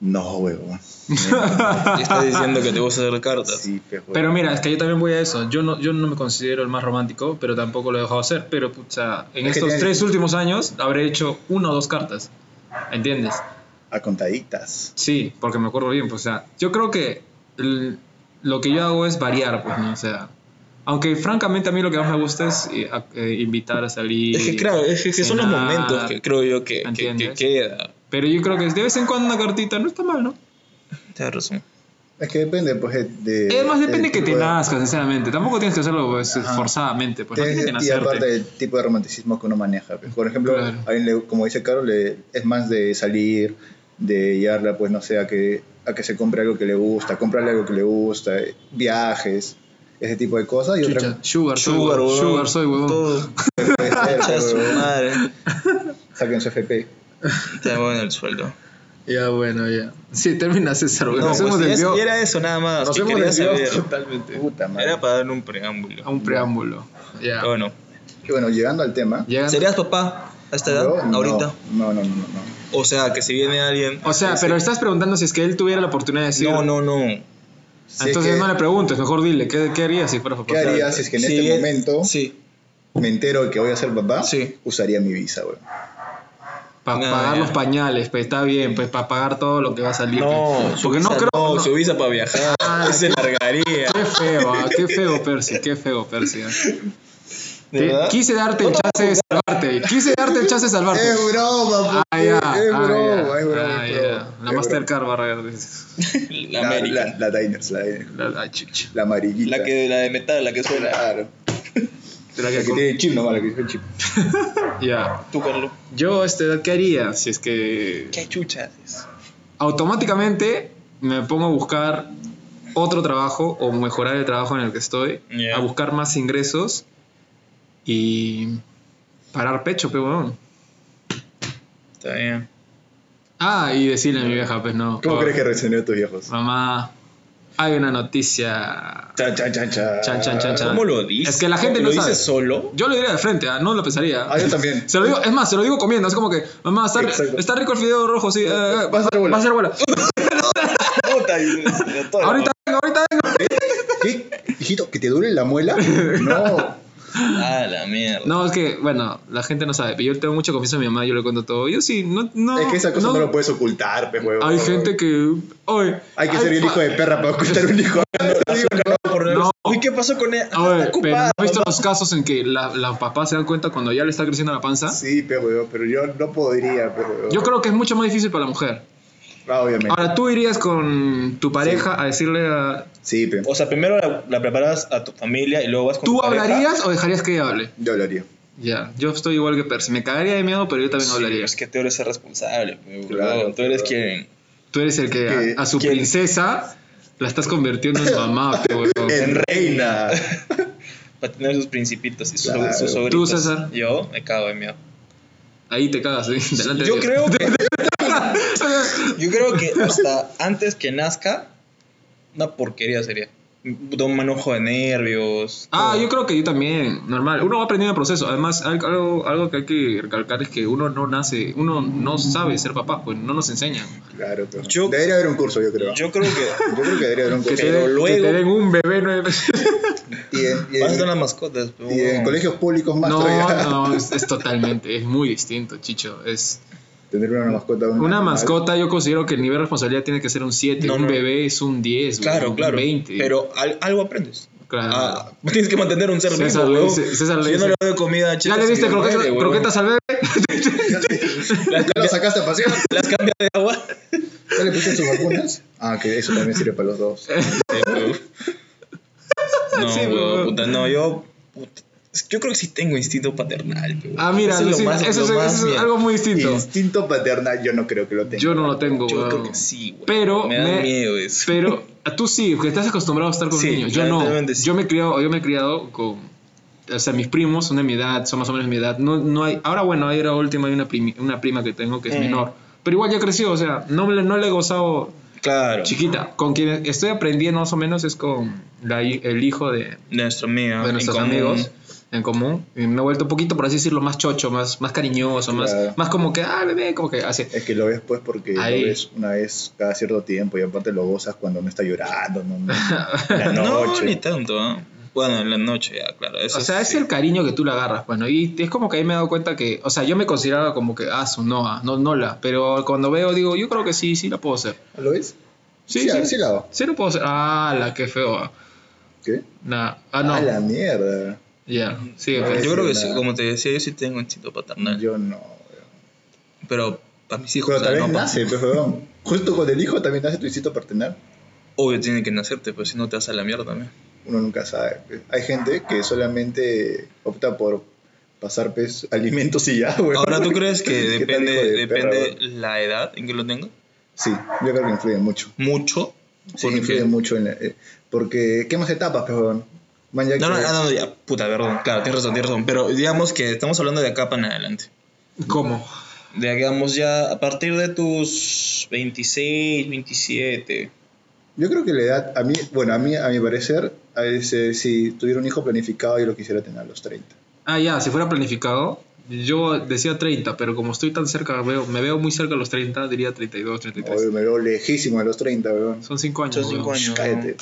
S3: No, huevón.
S1: Y estás diciendo que te gusta hacer cartas.
S3: Sí, pe, huevón.
S2: Pero mira, es que yo también voy a eso. Yo no, yo no me considero el más romántico, pero tampoco lo he dejado hacer. Pero, pucha, en
S3: Es que
S2: estos
S3: tiene-
S2: tres últimos años habré hecho una o dos cartas. ¿Entiendes?
S3: A contaditas.
S2: Sí, porque me acuerdo bien. Pues, o sea, yo creo que el- lo que yo hago es variar, pues, ¿no? O sea, aunque francamente a mí lo que más me gusta es eh, a- eh, invitar a salir.
S1: Es que claro, es que, que son los
S2: cenar.
S1: momentos que creo yo que, que, que
S2: ¿Entiendes?
S1: queda.
S2: Pero yo creo que de vez en cuando una cartita no está mal, ¿no?
S1: Tienes razón.
S3: Es que depende, pues,
S1: Eh,
S3: de. de-
S2: Además,
S3: del
S2: depende que
S3: tipo
S2: te
S3: de-
S2: nazcas, sinceramente. Tampoco tienes que hacerlo pues,
S3: Ajá.
S2: forzadamente, pues no
S3: Tienes-
S2: tienes que
S3: y aparte
S2: nacerte.
S3: del tipo de romanticismo que uno maneja. pues. Por ejemplo,
S2: Claro.
S3: a alguien le- como dice Carlos, le- es más de salir, de guiarla, pues no sé, a que, a que se compre algo que le gusta, comprarle algo que le gusta, eh, viajes, ese tipo de cosas. Y otra,
S2: Chucha, sugar, soy,
S1: Sugar,
S2: huevón,
S1: weón.
S2: sugar, soy, huevón.
S1: Todo.
S3: puede ser,
S1: Concha de su
S3: pero
S1: madre.
S3: saquen su FP.
S1: Te voy en el sueldo.
S2: Ya, bueno, ya. Sí, termina César, huevón.
S1: No,
S2: Nos
S1: pues
S2: hemos
S1: es-
S2: desviado
S1: era eso nada más.
S2: nos
S1: que
S2: hemos
S1: quería
S2: desviado
S1: saber.
S2: totalmente
S3: Puta madre.
S1: Era para darle un preámbulo.
S2: a un preámbulo. Ya.
S1: Pero bueno,
S3: Y bueno, llegando al tema.
S2: Llegando-
S1: ¿serías papá a esta edad?
S3: yo no,
S1: ahorita.
S3: No, no, no, no. no.
S1: O sea, que si viene alguien.
S2: O sea, pero estás preguntando si es que él tuviera la oportunidad de decir. "Ah,
S1: No, no, no.
S3: Si es
S2: Entonces
S3: que-
S2: no le preguntes, mejor dile, ¿qué, qué harías si fuera papá?
S3: ¿Qué harías si es que en
S1: Sí,
S3: este
S1: es-
S3: momento
S1: Sí.
S3: me entero de que voy a ser papá?
S1: Sí.
S3: Usaría mi visa, weón.
S2: Ah, Para
S1: No,
S2: pagar
S1: ya.
S2: los pañales, pues está bien, pues para pagar todo lo que va a salir.
S1: No,
S2: pues.
S1: su
S2: porque no
S1: visa
S2: creo.
S1: No,
S2: no.
S1: su visa para viajar.
S2: Ah,
S1: se largaría.
S2: Qué feo, ah, qué feo, Percy, qué feo, Percy. ah.
S1: ¿De
S2: Te-
S1: verdad?
S2: quise darte el chance de salvarte. Quise darte el chance de salvarte.
S3: Es broma,
S2: Ah, ya.
S3: puto, es broma,
S2: ah,
S3: es
S2: ya,
S3: broma. es
S2: ah, ya.
S3: broma,
S2: La
S3: es
S2: Mastercard va a reír, dices.
S1: La,
S3: broma. La,
S1: América.
S3: la, la Diners, la Diners.
S2: La, la chucha.
S3: La amarillita.
S1: La que la de metal, la que suena.
S3: Claro.
S2: Te la
S3: La que
S2: que-
S3: tiene el chip nomás, la que tiene el chip.
S2: Ya.
S1: Tú, Carlos.
S2: Yo, a esta edad, ¿qué haría? Si es que
S1: ¿Qué chucha haces?
S2: automáticamente me pongo a buscar otro trabajo o mejorar el trabajo en el que estoy,
S1: Ya.
S2: a buscar más ingresos y parar pecho, pe huevón.
S1: Está bien.
S2: Ah, y decirle a mi vieja, pues no.
S3: ¿Cómo
S2: pa-
S3: crees que reaccionó tus viejos?
S2: Mamá, hay una noticia.
S3: Chan, chan, chan, chan.
S2: Chan, chan, chan, chan.
S1: ¿Cómo lo dices?
S2: Es que la gente
S1: ¿Lo
S2: no
S1: dices
S2: sabe.
S1: solo?
S2: Yo lo diría de frente, ah, no lo pensaría.
S3: Ah, yo también.
S2: Se lo digo, es más, se lo digo comiendo, es como que, mamá, está,
S3: Exacto.
S2: está rico el fideo rojo, sí. eh, eh,
S3: Va a ser bola.
S2: Va a ser bola.
S1: Puta, y- y todo.
S2: ahorita vengo, ahorita vengo.
S3: ¿Eh? ¿Qué? Hijito, ¿que te duele la muela? No.
S1: Ah, la mierda.
S2: No, es que, bueno, la gente no sabe, pero yo tengo mucha confianza en mi mamá, yo le cuento todo. Yo sí, no, no.
S3: es que esa cosa no,
S2: no
S3: lo puedes ocultar, pe huevo.
S2: Hay gente que. Oye,
S3: Hay que ser el hijo de perra para ocultar un hijo.
S1: Por
S2: no.
S1: Uy, ¿qué pasó con él?
S2: A
S1: Ah, está
S2: ver, pero ¿no
S1: ocupado.
S2: has visto los casos en que la- los papás se dan cuenta cuando ya le está creciendo la panza?
S3: Sí, pe huevo, pero yo no podría, pe huevo.
S2: Yo creo que es mucho más difícil para la mujer.
S3: Ah, obviamente.
S2: Ahora, tú irías con tu pareja a decirle a.
S3: Sí, pe.
S1: O sea, primero la, la preparas a tu familia y luego vas con
S2: ¿Tú
S1: tu pareja.
S2: hablarías o dejarías que ella hable?
S3: Yo lo haría.
S2: Ya, yo estoy igual que Percy. Me cagaría de miedo, pero yo también
S1: Sí,
S2: hablaría.
S1: es que tú eres el responsable. pe,
S3: Claro,
S1: huevón. tú eres
S3: claro.
S1: quien.
S2: Tú eres el que
S3: ¿Qué?
S2: a, a su
S1: ¿Quién?
S2: princesa la estás convirtiendo en mamá, pe, huevón.
S3: En reina.
S1: Va a tener sus principitos y sus,
S3: Claro.
S1: sus
S3: Tú,
S1: sobrinos.
S2: César.
S1: Yo me cago de miedo.
S2: Ahí te cagas, ¿eh? Delante de
S1: Yo
S2: Dios.
S1: creo que. yo creo que hasta antes que nazca, una porquería sería. Un manojo de nervios.
S2: Ah,
S1: todo.
S2: yo creo que yo también, normal. Uno va aprendiendo el proceso. Además, al- algo, algo que hay que recalcar es que uno no nace, uno no sabe ser papá, pues no nos enseñan.
S3: Claro, pe.
S1: Yo-
S3: Debería haber un curso, yo creo. Yo,
S1: Yo creo que.
S3: creo que debería haber un
S2: Que
S3: curso.
S2: te,
S1: Pero
S2: den- que
S1: luego-
S2: te den un bebé nueve meses.
S3: Y en, y
S1: Vas a
S3: en-
S1: ser las mascotas. pe,
S3: y en
S1: huevón.
S3: colegios públicos más todavía.
S2: No, no, es, es totalmente, es muy distinto, chicho. Es
S3: Tener una mascota. un
S2: una
S3: animal.
S2: mascota, yo considero que el nivel de responsabilidad tiene que ser un 7,
S1: No,
S2: un
S1: no.
S2: bebé es un 10,
S1: Claro,
S2: un
S1: claro.
S2: 20.
S1: Pero al- algo aprendes.
S2: Claro.
S1: Ah, tienes que mantener un ser
S2: César
S1: vivo.
S2: le
S1: huevón.
S2: dice- César le
S1: Si yo no
S2: dice-
S1: le doy comida a
S2: ¿Ya
S1: chicos,
S2: le diste
S1: se
S2: croquetas,
S1: muere, huevón.
S2: croquetas al bebé?
S3: ¿Ya lo sacaste a pasear?
S1: Las cambia de agua.
S3: ¿Ya le pusiste sus vacunas? Ah, que eso también sirve para los dos.
S1: No,
S2: Sí,
S1: huevón,
S2: huevón.
S1: puta, no, yo. puta, es que yo creo que sí tengo instinto paternal. huevón.
S2: Ah, mira,
S1: Eso es lo más-
S2: alucina, eso
S1: lo
S2: es,
S1: más
S2: eso
S1: bien.
S2: es
S1: Este,
S2: algo muy distinto.
S3: Instinto paternal yo no creo que lo tenga.
S2: Yo no lo tengo,
S1: Yo creo
S2: weón.
S1: que sí, güey.
S2: Pero
S1: me da
S2: me-
S1: miedo eso.
S2: Pero a tú sí, porque estás acostumbrado a estar con
S1: Sí,
S2: niños. Yo no.
S1: lamentablemente sí.
S2: Yo me he criado, yo me he criado con o sea, mis primos son de mi edad, son más o menos de mi edad. No, no hay, ahora bueno, ahí era última, hay una, primi- una prima que tengo que es
S1: Mm.
S2: menor. Pero igual ya creció, o sea, no, le- no le he gozado
S1: claro.
S2: chiquita. Con quien estoy aprendiendo más o menos es con la hi- el hijo de,
S1: Nuestro amigo.
S2: de
S1: Ah, en
S2: nuestros
S1: común.
S2: amigos en común. Y me he vuelto un poquito, por así decirlo, más chocho, más, más cariñoso,
S3: Claro.
S2: más, más como que, ah, bebé, como que así.
S3: Es que lo ves pues porque
S2: Ahí.
S3: lo ves una vez cada cierto tiempo y aparte lo gozas cuando no está llorando, no, no. la
S1: No,
S3: noche.
S1: ni tanto, ¿ah? Bueno, en la noche, ya, claro. Eso
S2: O sea, es
S1: sí.
S2: el cariño que tú le agarras, bueno, y es como que ahí me he dado cuenta que, o sea, yo me consideraba como que, ah, su no, ah, no, no la, pero cuando veo digo, yo creo que sí, sí la puedo hacer.
S3: ¿Ah, ¿Lo ves?
S2: Sí,
S3: Sí,
S2: sí,
S3: sí la hago.
S2: Sí lo puedo hacer. Ah, la, qué feo. ah.
S3: ¿Qué?
S2: Nah, ah, no.
S3: A la
S2: Ya,
S3: mierda.
S2: sí,
S3: No,
S2: pues.
S1: Yo creo que, sí,
S3: nada.
S1: como te decía, yo sí tengo instinto paternal.
S3: Yo no. weón.
S1: Pero para mis hijos, o
S3: Pero
S1: sea,
S3: tal vez
S1: no pa-
S3: nace, pues, weón. Justo con el hijo también nace tu instinto paternal.
S1: obvio tiene que nacerte, pues si no te hace la mierda también.
S3: Uno nunca sabe. pues. Hay gente que solamente opta por pasar pues, alimentos y ya, weón.
S1: Ahora, ¿tú crees que
S3: ¿Qué tal
S1: depende
S3: hijo de perra,
S1: depende
S3: weón?
S1: la edad en que lo tengo?
S3: Sí, yo creo que influye mucho.
S1: Mucho.
S3: Sí,
S1: porque-
S3: influye mucho en la- eh, porque, ¿qué más etapas, perdón? Man, ya
S1: No, no,
S3: que-
S1: ah, no, ya, puta, perdón. Claro, tienes razón, tienes razón. Pero digamos que estamos hablando de acá para adelante.
S2: ¿Cómo?
S1: De, digamos ya a partir de tus 26, 27.
S3: Yo creo que la edad, a mí, bueno, a mí, a mi parecer, a ese- si tuviera un hijo planificado, yo lo quisiera tener a los 30.
S2: Ah, ya, si fuera planificado, yo decía 30, pero como estoy tan cerca, veo, me veo muy cerca a los 30, diría 32, 33.
S3: Oye, me veo lejísimo de los 30, weón.
S2: Son 5 años.
S1: Son
S2: weón.
S1: cinco años.
S3: Cállate.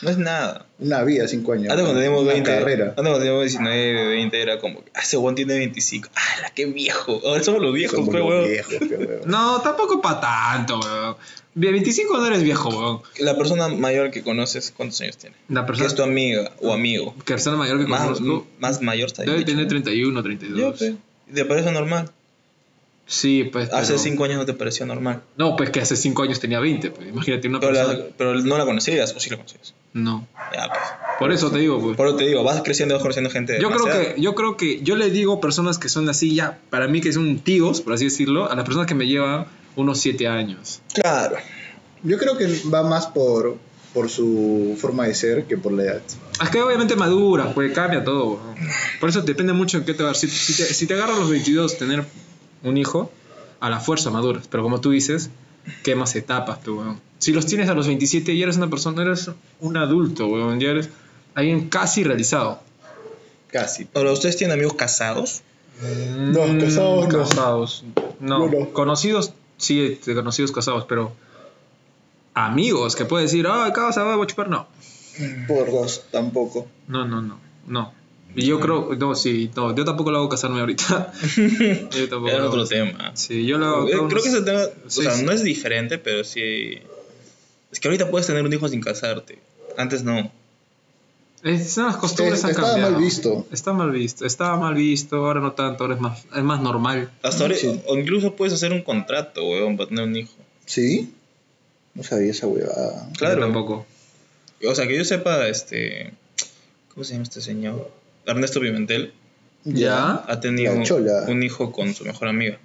S1: No es nada.
S3: Una vida, 5 años.
S1: Antes cuando teníamos
S3: Una
S1: 20,
S3: carrera.
S1: antes cuando teníamos 19, 20 era como, ah, ese weón tiene 25. Ah, qué viejo. Ahora somos los viejos,
S3: Somos
S1: pues,
S3: los
S1: weón.
S3: viejos, qué weón.
S2: No, tampoco para tanto, weón. Bien, 25 no eres viejo, weón.
S1: La persona mayor que conoces, ¿cuántos años tiene?
S2: La
S1: Que es tu
S2: persona, Ah,
S1: amiga o amigo.
S2: que persona mayor que
S1: Más,
S2: conozco
S1: más mayor está
S2: debe
S1: dicho,
S2: tener
S1: ¿no?
S2: 31, 32.
S1: Ya, pues. ¿Te parece normal?
S2: Sí, pues.
S1: Hace
S2: pero-
S1: 5 años no te pareció normal.
S2: No, pues que hace 5 años tenía 20, pues. Imagínate una
S1: Pero, la-
S2: persona.
S1: pero no la conocías, o sí la conocías.
S2: No.
S1: Ya, pues.
S2: Por eso te digo, pues.
S1: Por eso te digo, vas creciendo, vas conociendo gente. de
S2: Yo
S1: más
S2: creo
S1: edad.
S2: que, yo creo que, yo le digo personas que son así ya, para mí que son tíos, por así decirlo, a las personas que me llevan unos 7 años.
S1: Claro.
S3: Yo creo que va más por, por su forma de ser que por la edad.
S2: Es que obviamente madura, pues cambia todo. weón. Por eso depende mucho en qué te vas. Si, si te, si te agarras a los 22 tener un hijo, a la fuerza maduras. Pero como tú dices, quemas etapas, tú, weón. Si los tienes a los 27 ya eres una persona, eres un adulto, weón. Ya eres alguien casi realizado.
S3: Casi.
S1: Ahora, ¿ustedes tienen amigos casados?
S3: No, casados
S2: Mm,
S3: no.
S2: casados, no.
S3: Yo no.
S2: Conocidos, sí, de conocidos casados, pero amigos que puede decir, ah, acá vas a voy a chupar, no.
S3: Por dos, tampoco.
S2: No, no, no, no. Y yo creo, no, sí, no, yo tampoco lo hago casarme ahorita. yo tampoco.
S1: Era
S2: lo
S1: otro
S2: hago.
S1: tema.
S2: Sí, yo lo hago.
S1: Eh,
S2: todos
S1: creo que
S2: los-
S1: ese tema, o
S2: Sí,
S1: sea,
S2: sí.
S1: no es diferente, pero sí. Es que ahorita puedes tener un hijo sin casarte. Antes no.
S2: es- son las costumbres
S3: Es-
S2: han
S3: Eh, estaba
S2: cambiado.
S3: mal visto.
S2: Está mal visto, estaba mal visto, ahora no tanto, ahora es más, es más normal.
S1: Hasta ahora,
S3: Sí.
S1: o incluso puedes hacer un contrato, weón, para tener un hijo.
S3: ¿Sí? No sabía esa huevada.
S2: Yo
S1: Claro.
S2: tampoco.
S1: O sea, que yo sepa, este. ¿Cómo se llama este señor? Ernesto Pimentel
S2: ¿Ya?
S1: ha tenido
S3: La chola.
S1: un hijo con su mejor amiga.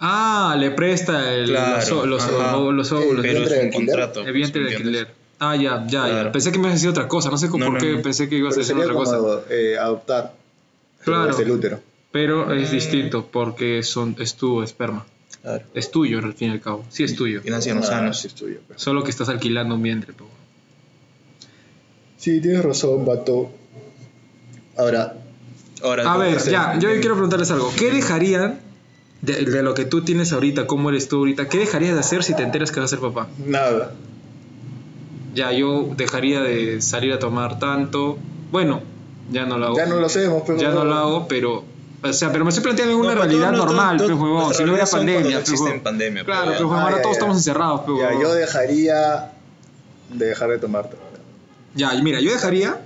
S2: Ah, le presta el,
S1: Claro,
S2: los, los,
S1: ajá.
S2: los- los
S1: Pero
S2: óvulos.
S1: es
S3: vientre de
S1: un
S3: alquiler?
S1: contrato.
S2: El vientre
S1: pues,
S2: de
S1: ¿me entiendes?
S2: alquiler. Ah, ya, ya,
S1: Claro.
S2: ya. Pensé que me ibas a decir otra cosa. No sé con
S1: No,
S2: por
S1: no,
S2: qué
S1: no.
S2: pensé que ibas a
S3: Pero
S2: decir
S3: sería
S2: otra cosa.
S3: como eh, adoptar
S2: Claro.
S3: desde el útero.
S2: Pero es
S3: Eh.
S1: Mm.
S2: distinto porque son, es tu esperma.
S1: Claro.
S2: Es tuyo, al fin y al cabo. Sí, es tuyo.
S1: Y nacieron
S3: Ah,
S1: sanos.
S3: sí, es tuyo, pues.
S2: Solo que estás alquilando un vientre. po.
S3: Sí, tienes razón, vato. Ahora,
S1: Ahora,
S2: A
S1: ¿cómo
S2: ver,
S1: hacer?
S2: ya. Yo quiero preguntarles algo. ¿Qué dejarían de, de lo que tú tienes ahorita? ¿Cómo eres tú ahorita? ¿Qué dejarías de hacer si te enteras que vas a ser papá?
S3: nada.
S2: Ya, yo dejaría de salir a tomar tanto. Bueno, ya no lo hago.
S3: Ya no lo hacemos, pues, pero
S2: Ya no lo hago, pero. O sea, pero me estoy planteando en una
S1: No, pero
S2: realidad
S1: no, no,
S2: normal,
S1: no,
S2: pues, huevón.
S1: nuestras
S2: Si no hubiera
S1: realidades son cuando no existe pandemia. pues,
S2: pandemia, pues, huevón. Claro,
S1: ya.
S2: pero
S3: Ah,
S2: ahora
S3: ya,
S2: todos
S3: ya.
S2: estamos encerrados, pues,
S3: Ya,
S2: huevón.
S3: yo dejaría de dejar de tomar.
S2: Ya, y mira, yo dejaría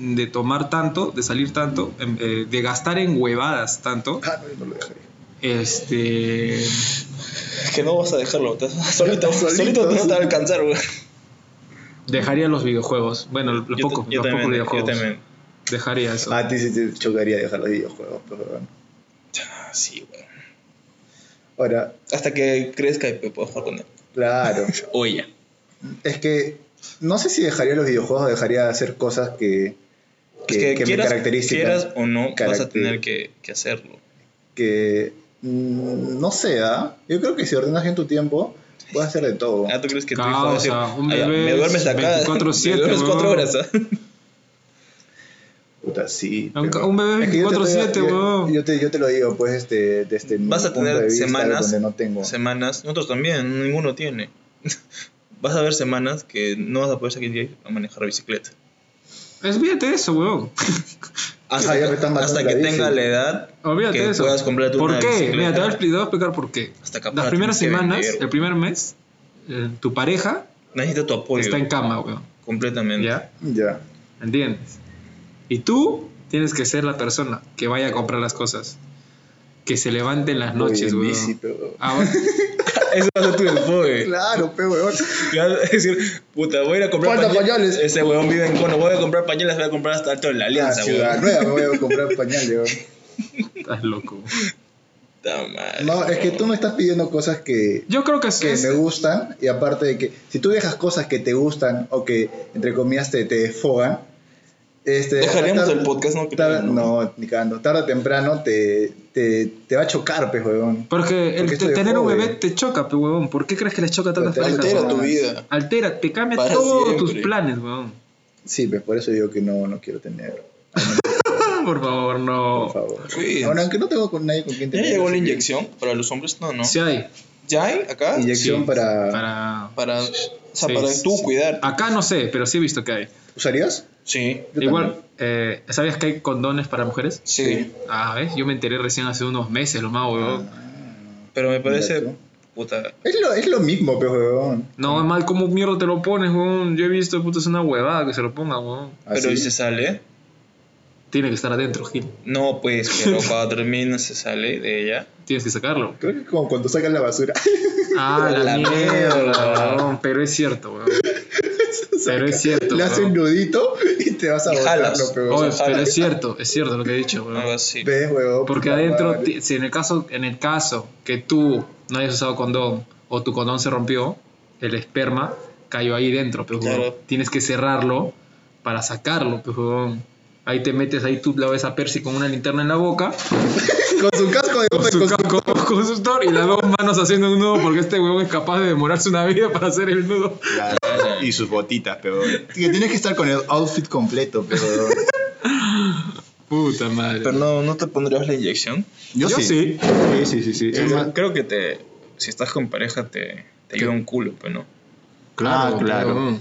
S2: de tomar tanto, de salir tanto, em, eh, de gastar en huevadas tanto.
S3: Ah, no, yo no lo dejaría.
S2: Este.
S1: Que no vas a dejarlo, te- solito, solito,
S3: Solito.
S1: te vas a alcanzar, güey.
S2: Dejaría los videojuegos. Bueno, los
S1: Yo
S2: pocos,
S1: ta- yo
S2: los pocos
S1: también,
S2: videojuegos.
S1: Yo también.
S2: Dejaría eso.
S3: A ti Ah, sí te chocaría dejar los videojuegos, pues, pero bueno.
S1: Ah, sí, güey.
S3: Ahora,
S1: Hasta que crezca y puedo jugar con él.
S3: claro.
S1: O ella.
S3: es que no sé si dejaría los videojuegos o dejaría de hacer cosas que, que,
S1: Es que,
S3: que me
S1: quieras,
S3: caracterizan.
S1: quieras o no, vas a
S3: caracter-
S1: tener que, que hacerlo.
S3: Que mm, no sea. Yo creo que si ordenas bien tu tiempo, puedes hacer de todo.
S1: Ah, ¿tú crees que tu hijo va a
S2: Causa,
S1: decir,
S2: un
S1: "Ah, ya,
S2: bebé
S1: me duermes acá?
S2: 24/7,
S1: me duermes cuatro
S2: huevón.
S1: horas, ¿ah?
S3: Puta, sí.
S2: Un-
S3: pero-
S2: un bebé
S3: Es que yo te
S2: 24/7,
S3: estoy- yo-
S2: huevón.
S3: Yo te, yo te lo digo, pues, este, desde mi
S1: Vas a
S3: punto de
S1: tener
S3: vista,
S1: semanas-
S3: Donde no tengo.
S1: Semanas, nosotros también, ninguno tiene. Vas a ver semanas que no vas a poder salir a manejar bicicleta.
S2: Es, olvídate de eso, huevón.
S1: Hasta,
S3: ya me estás matando
S1: hasta que
S3: la bici.
S1: tenga la edad
S2: Olvídate
S1: que
S2: de eso.
S1: puedas comprarte
S2: ¿Por
S1: una
S2: qué?
S1: bicicleta.
S2: Mira, te voy a expli- te voy a explicar por qué.
S1: Hasta capaz
S2: Las primeras
S1: tienes que
S2: semanas,
S1: vender.
S2: el primer mes, eh, tu pareja
S1: necesita tu apoyo.
S2: está en cama, weón.
S1: Completamente.
S2: ¿Ya?
S3: Ya.
S2: ¿Entiendes? Y tú tienes que ser la persona que vaya a comprar las cosas. Que se levante en las noches,
S3: Voy en
S2: weón.
S3: bici, pero-
S2: Ah, bueno.
S1: Eso va a ser tu enfoque.
S3: Claro, pe, huevón.
S1: Y vas a decir, puta, voy a ir a comprar
S3: ¿Cuántos
S1: pañal-
S3: pañales?
S1: Ese huevón vive en cono. Voy a comprar pañales, voy a comprar hasta alto de la
S3: Ah,
S1: alianza, huevón.
S3: Ciudad Nueva, me voy a comprar pañales, huevón.
S2: Estás loco.
S1: Puta madre.
S3: No, es que tú me estás pidiendo cosas que,
S2: Yo creo que es,
S3: que
S2: es-
S3: me gustan y aparte de que si tú dejas cosas que te gustan o que entre comillas te, te desfogan, este,
S1: Dejaríamos
S3: tar-
S1: el podcast, no creo.
S3: tar- no, ni cagando, tarde o temprano te, te, te va a chocar, pues, huevón.
S2: Porque el
S3: Porque esto
S2: te-
S3: de
S2: tener un
S3: joven.
S2: bebé te choca, pe, huevón. ¿Por qué crees que les choca tantas
S3: Pero te
S2: parejas?
S3: altera
S2: huevón?
S3: tu
S2: Altera,
S1: vida.
S2: te cambia
S1: Para
S2: todos tus
S1: siempre.
S2: planes, huevón.
S3: Sí, pues por eso digo que no, no quiero tener,
S2: Ah, Por favor, no.
S3: por favor.
S1: Cuídense.
S3: Ahora, aunque no tengo con nadie con quien
S1: ¿Ya
S3: tener.
S1: llegó la
S3: así que-
S1: inyección para los hombres? No, no.
S2: Si hay.
S1: ¿Ya hay acá?
S3: Inyección
S2: Sí,
S3: para...
S2: para-
S1: Para, o sea,
S2: Sí,
S1: para
S2: sí,
S1: tú cuidar.
S2: Acá no sé, pero sí he visto que hay.
S3: ¿Usarías?
S1: Sí,
S3: Yo
S2: Igual, eh, ¿sabías que hay condones para mujeres?
S1: sí,
S3: Sí.
S2: Ah, ¿ves? Yo me enteré recién hace unos meses, lo más, huevón.
S3: Ah,
S1: Pero me parece.
S3: Mira tú.
S1: Puta.
S3: Es lo, es lo mismo, pues, huevón.
S2: No, es mal, ¿cómo mierda te lo pones, huevón? Yo he visto, puto, es una huevada que se lo pongan, huevón.
S1: Pero
S3: Así.
S1: ¿y se sale?
S2: Tiene que estar adentro, Gil.
S1: No, pues, pero cuando termina se sale de ella.
S2: Tienes que sacarlo.
S3: Creo que como cuando sacas la basura.
S2: Ah, la,
S1: La
S2: mierda,
S1: mierda.
S2: huevón. Pero es cierto, huevón. Pero es cierto.
S3: Le haces
S2: huevón.
S3: un nudito y te vas a
S1: Y
S3: botar,
S1: jalas.
S3: pe,
S2: Oye,
S3: huevón.
S2: pero es cierto, es cierto lo que he dicho, huevón.
S1: Algo así.
S3: Ves, huevón,
S2: Porque
S3: puta
S2: adentro,
S3: madre.
S2: ti- si en el caso, en el caso que tú no hayas usado condón o tu condón se rompió, el esperma cayó ahí dentro, pero
S1: Claro.
S2: tienes que cerrarlo para sacarlo, pues, huevón. Ahí te metes, ahí tú la ves a Percy con una linterna en la boca,
S3: Con su casco de
S2: con
S3: bote,
S2: su
S3: con su-
S2: casco de consultor y las dos manos haciendo un nudo porque este huevón es capaz de demorarse una vida para hacer el nudo.
S3: Y sus botitas, pero. Tienes que estar con el outfit completo, pero.
S2: Puta madre.
S1: Pero no, ¿no te pondrías la inyección?
S2: Yo sí.
S3: Sí, sí, sí. sí.
S1: Creo-
S3: Es más-
S1: Creo que te. Si estás con pareja, te, te ayuda un culo, pero no.
S2: Claro,
S3: Ah, claro.
S2: claro.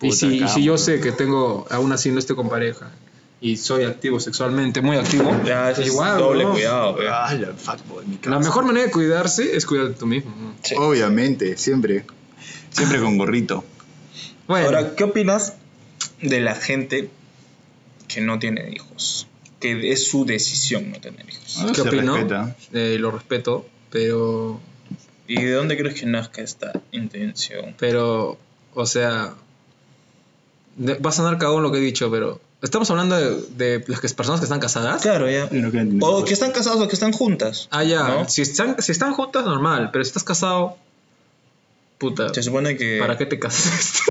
S2: Y
S3: Puta,
S2: si, y si
S3: cabrón.
S2: yo sé que tengo, aún así no estoy con pareja y soy activo sexualmente, muy activo,
S1: Ya, eso
S2: pues igual,
S1: es doble
S2: ¿no?
S1: cuidado, pues. güey.
S3: Ah, la fuckboy, mi casa.
S2: La mejor manera de cuidarse es cuidarte tú mismo. ¿no?
S1: Sí.
S3: Obviamente, siempre. Siempre con gorrito.
S2: Bueno,
S1: Ahora, ¿qué opinas de la gente que no tiene hijos? Que es su decisión no tener hijos.
S2: ¿qué
S3: se
S2: opino?
S3: respeta.
S2: Eh, lo respeto, pero,
S1: ¿Y de dónde crees que nazca esta intención?
S2: pero, o sea, de- va a sonar cagón lo que he dicho, pero estamos hablando de, de las que- personas que están casadas.
S1: Claro, ya.
S3: Yo no creo en-
S1: O que están casados o que están juntas.
S2: Ah, ya.
S1: ¿No?
S2: Si, están, si están juntas, normal, pero si estás casado, puta,
S1: Se supone que.
S2: ¿para qué te casaste?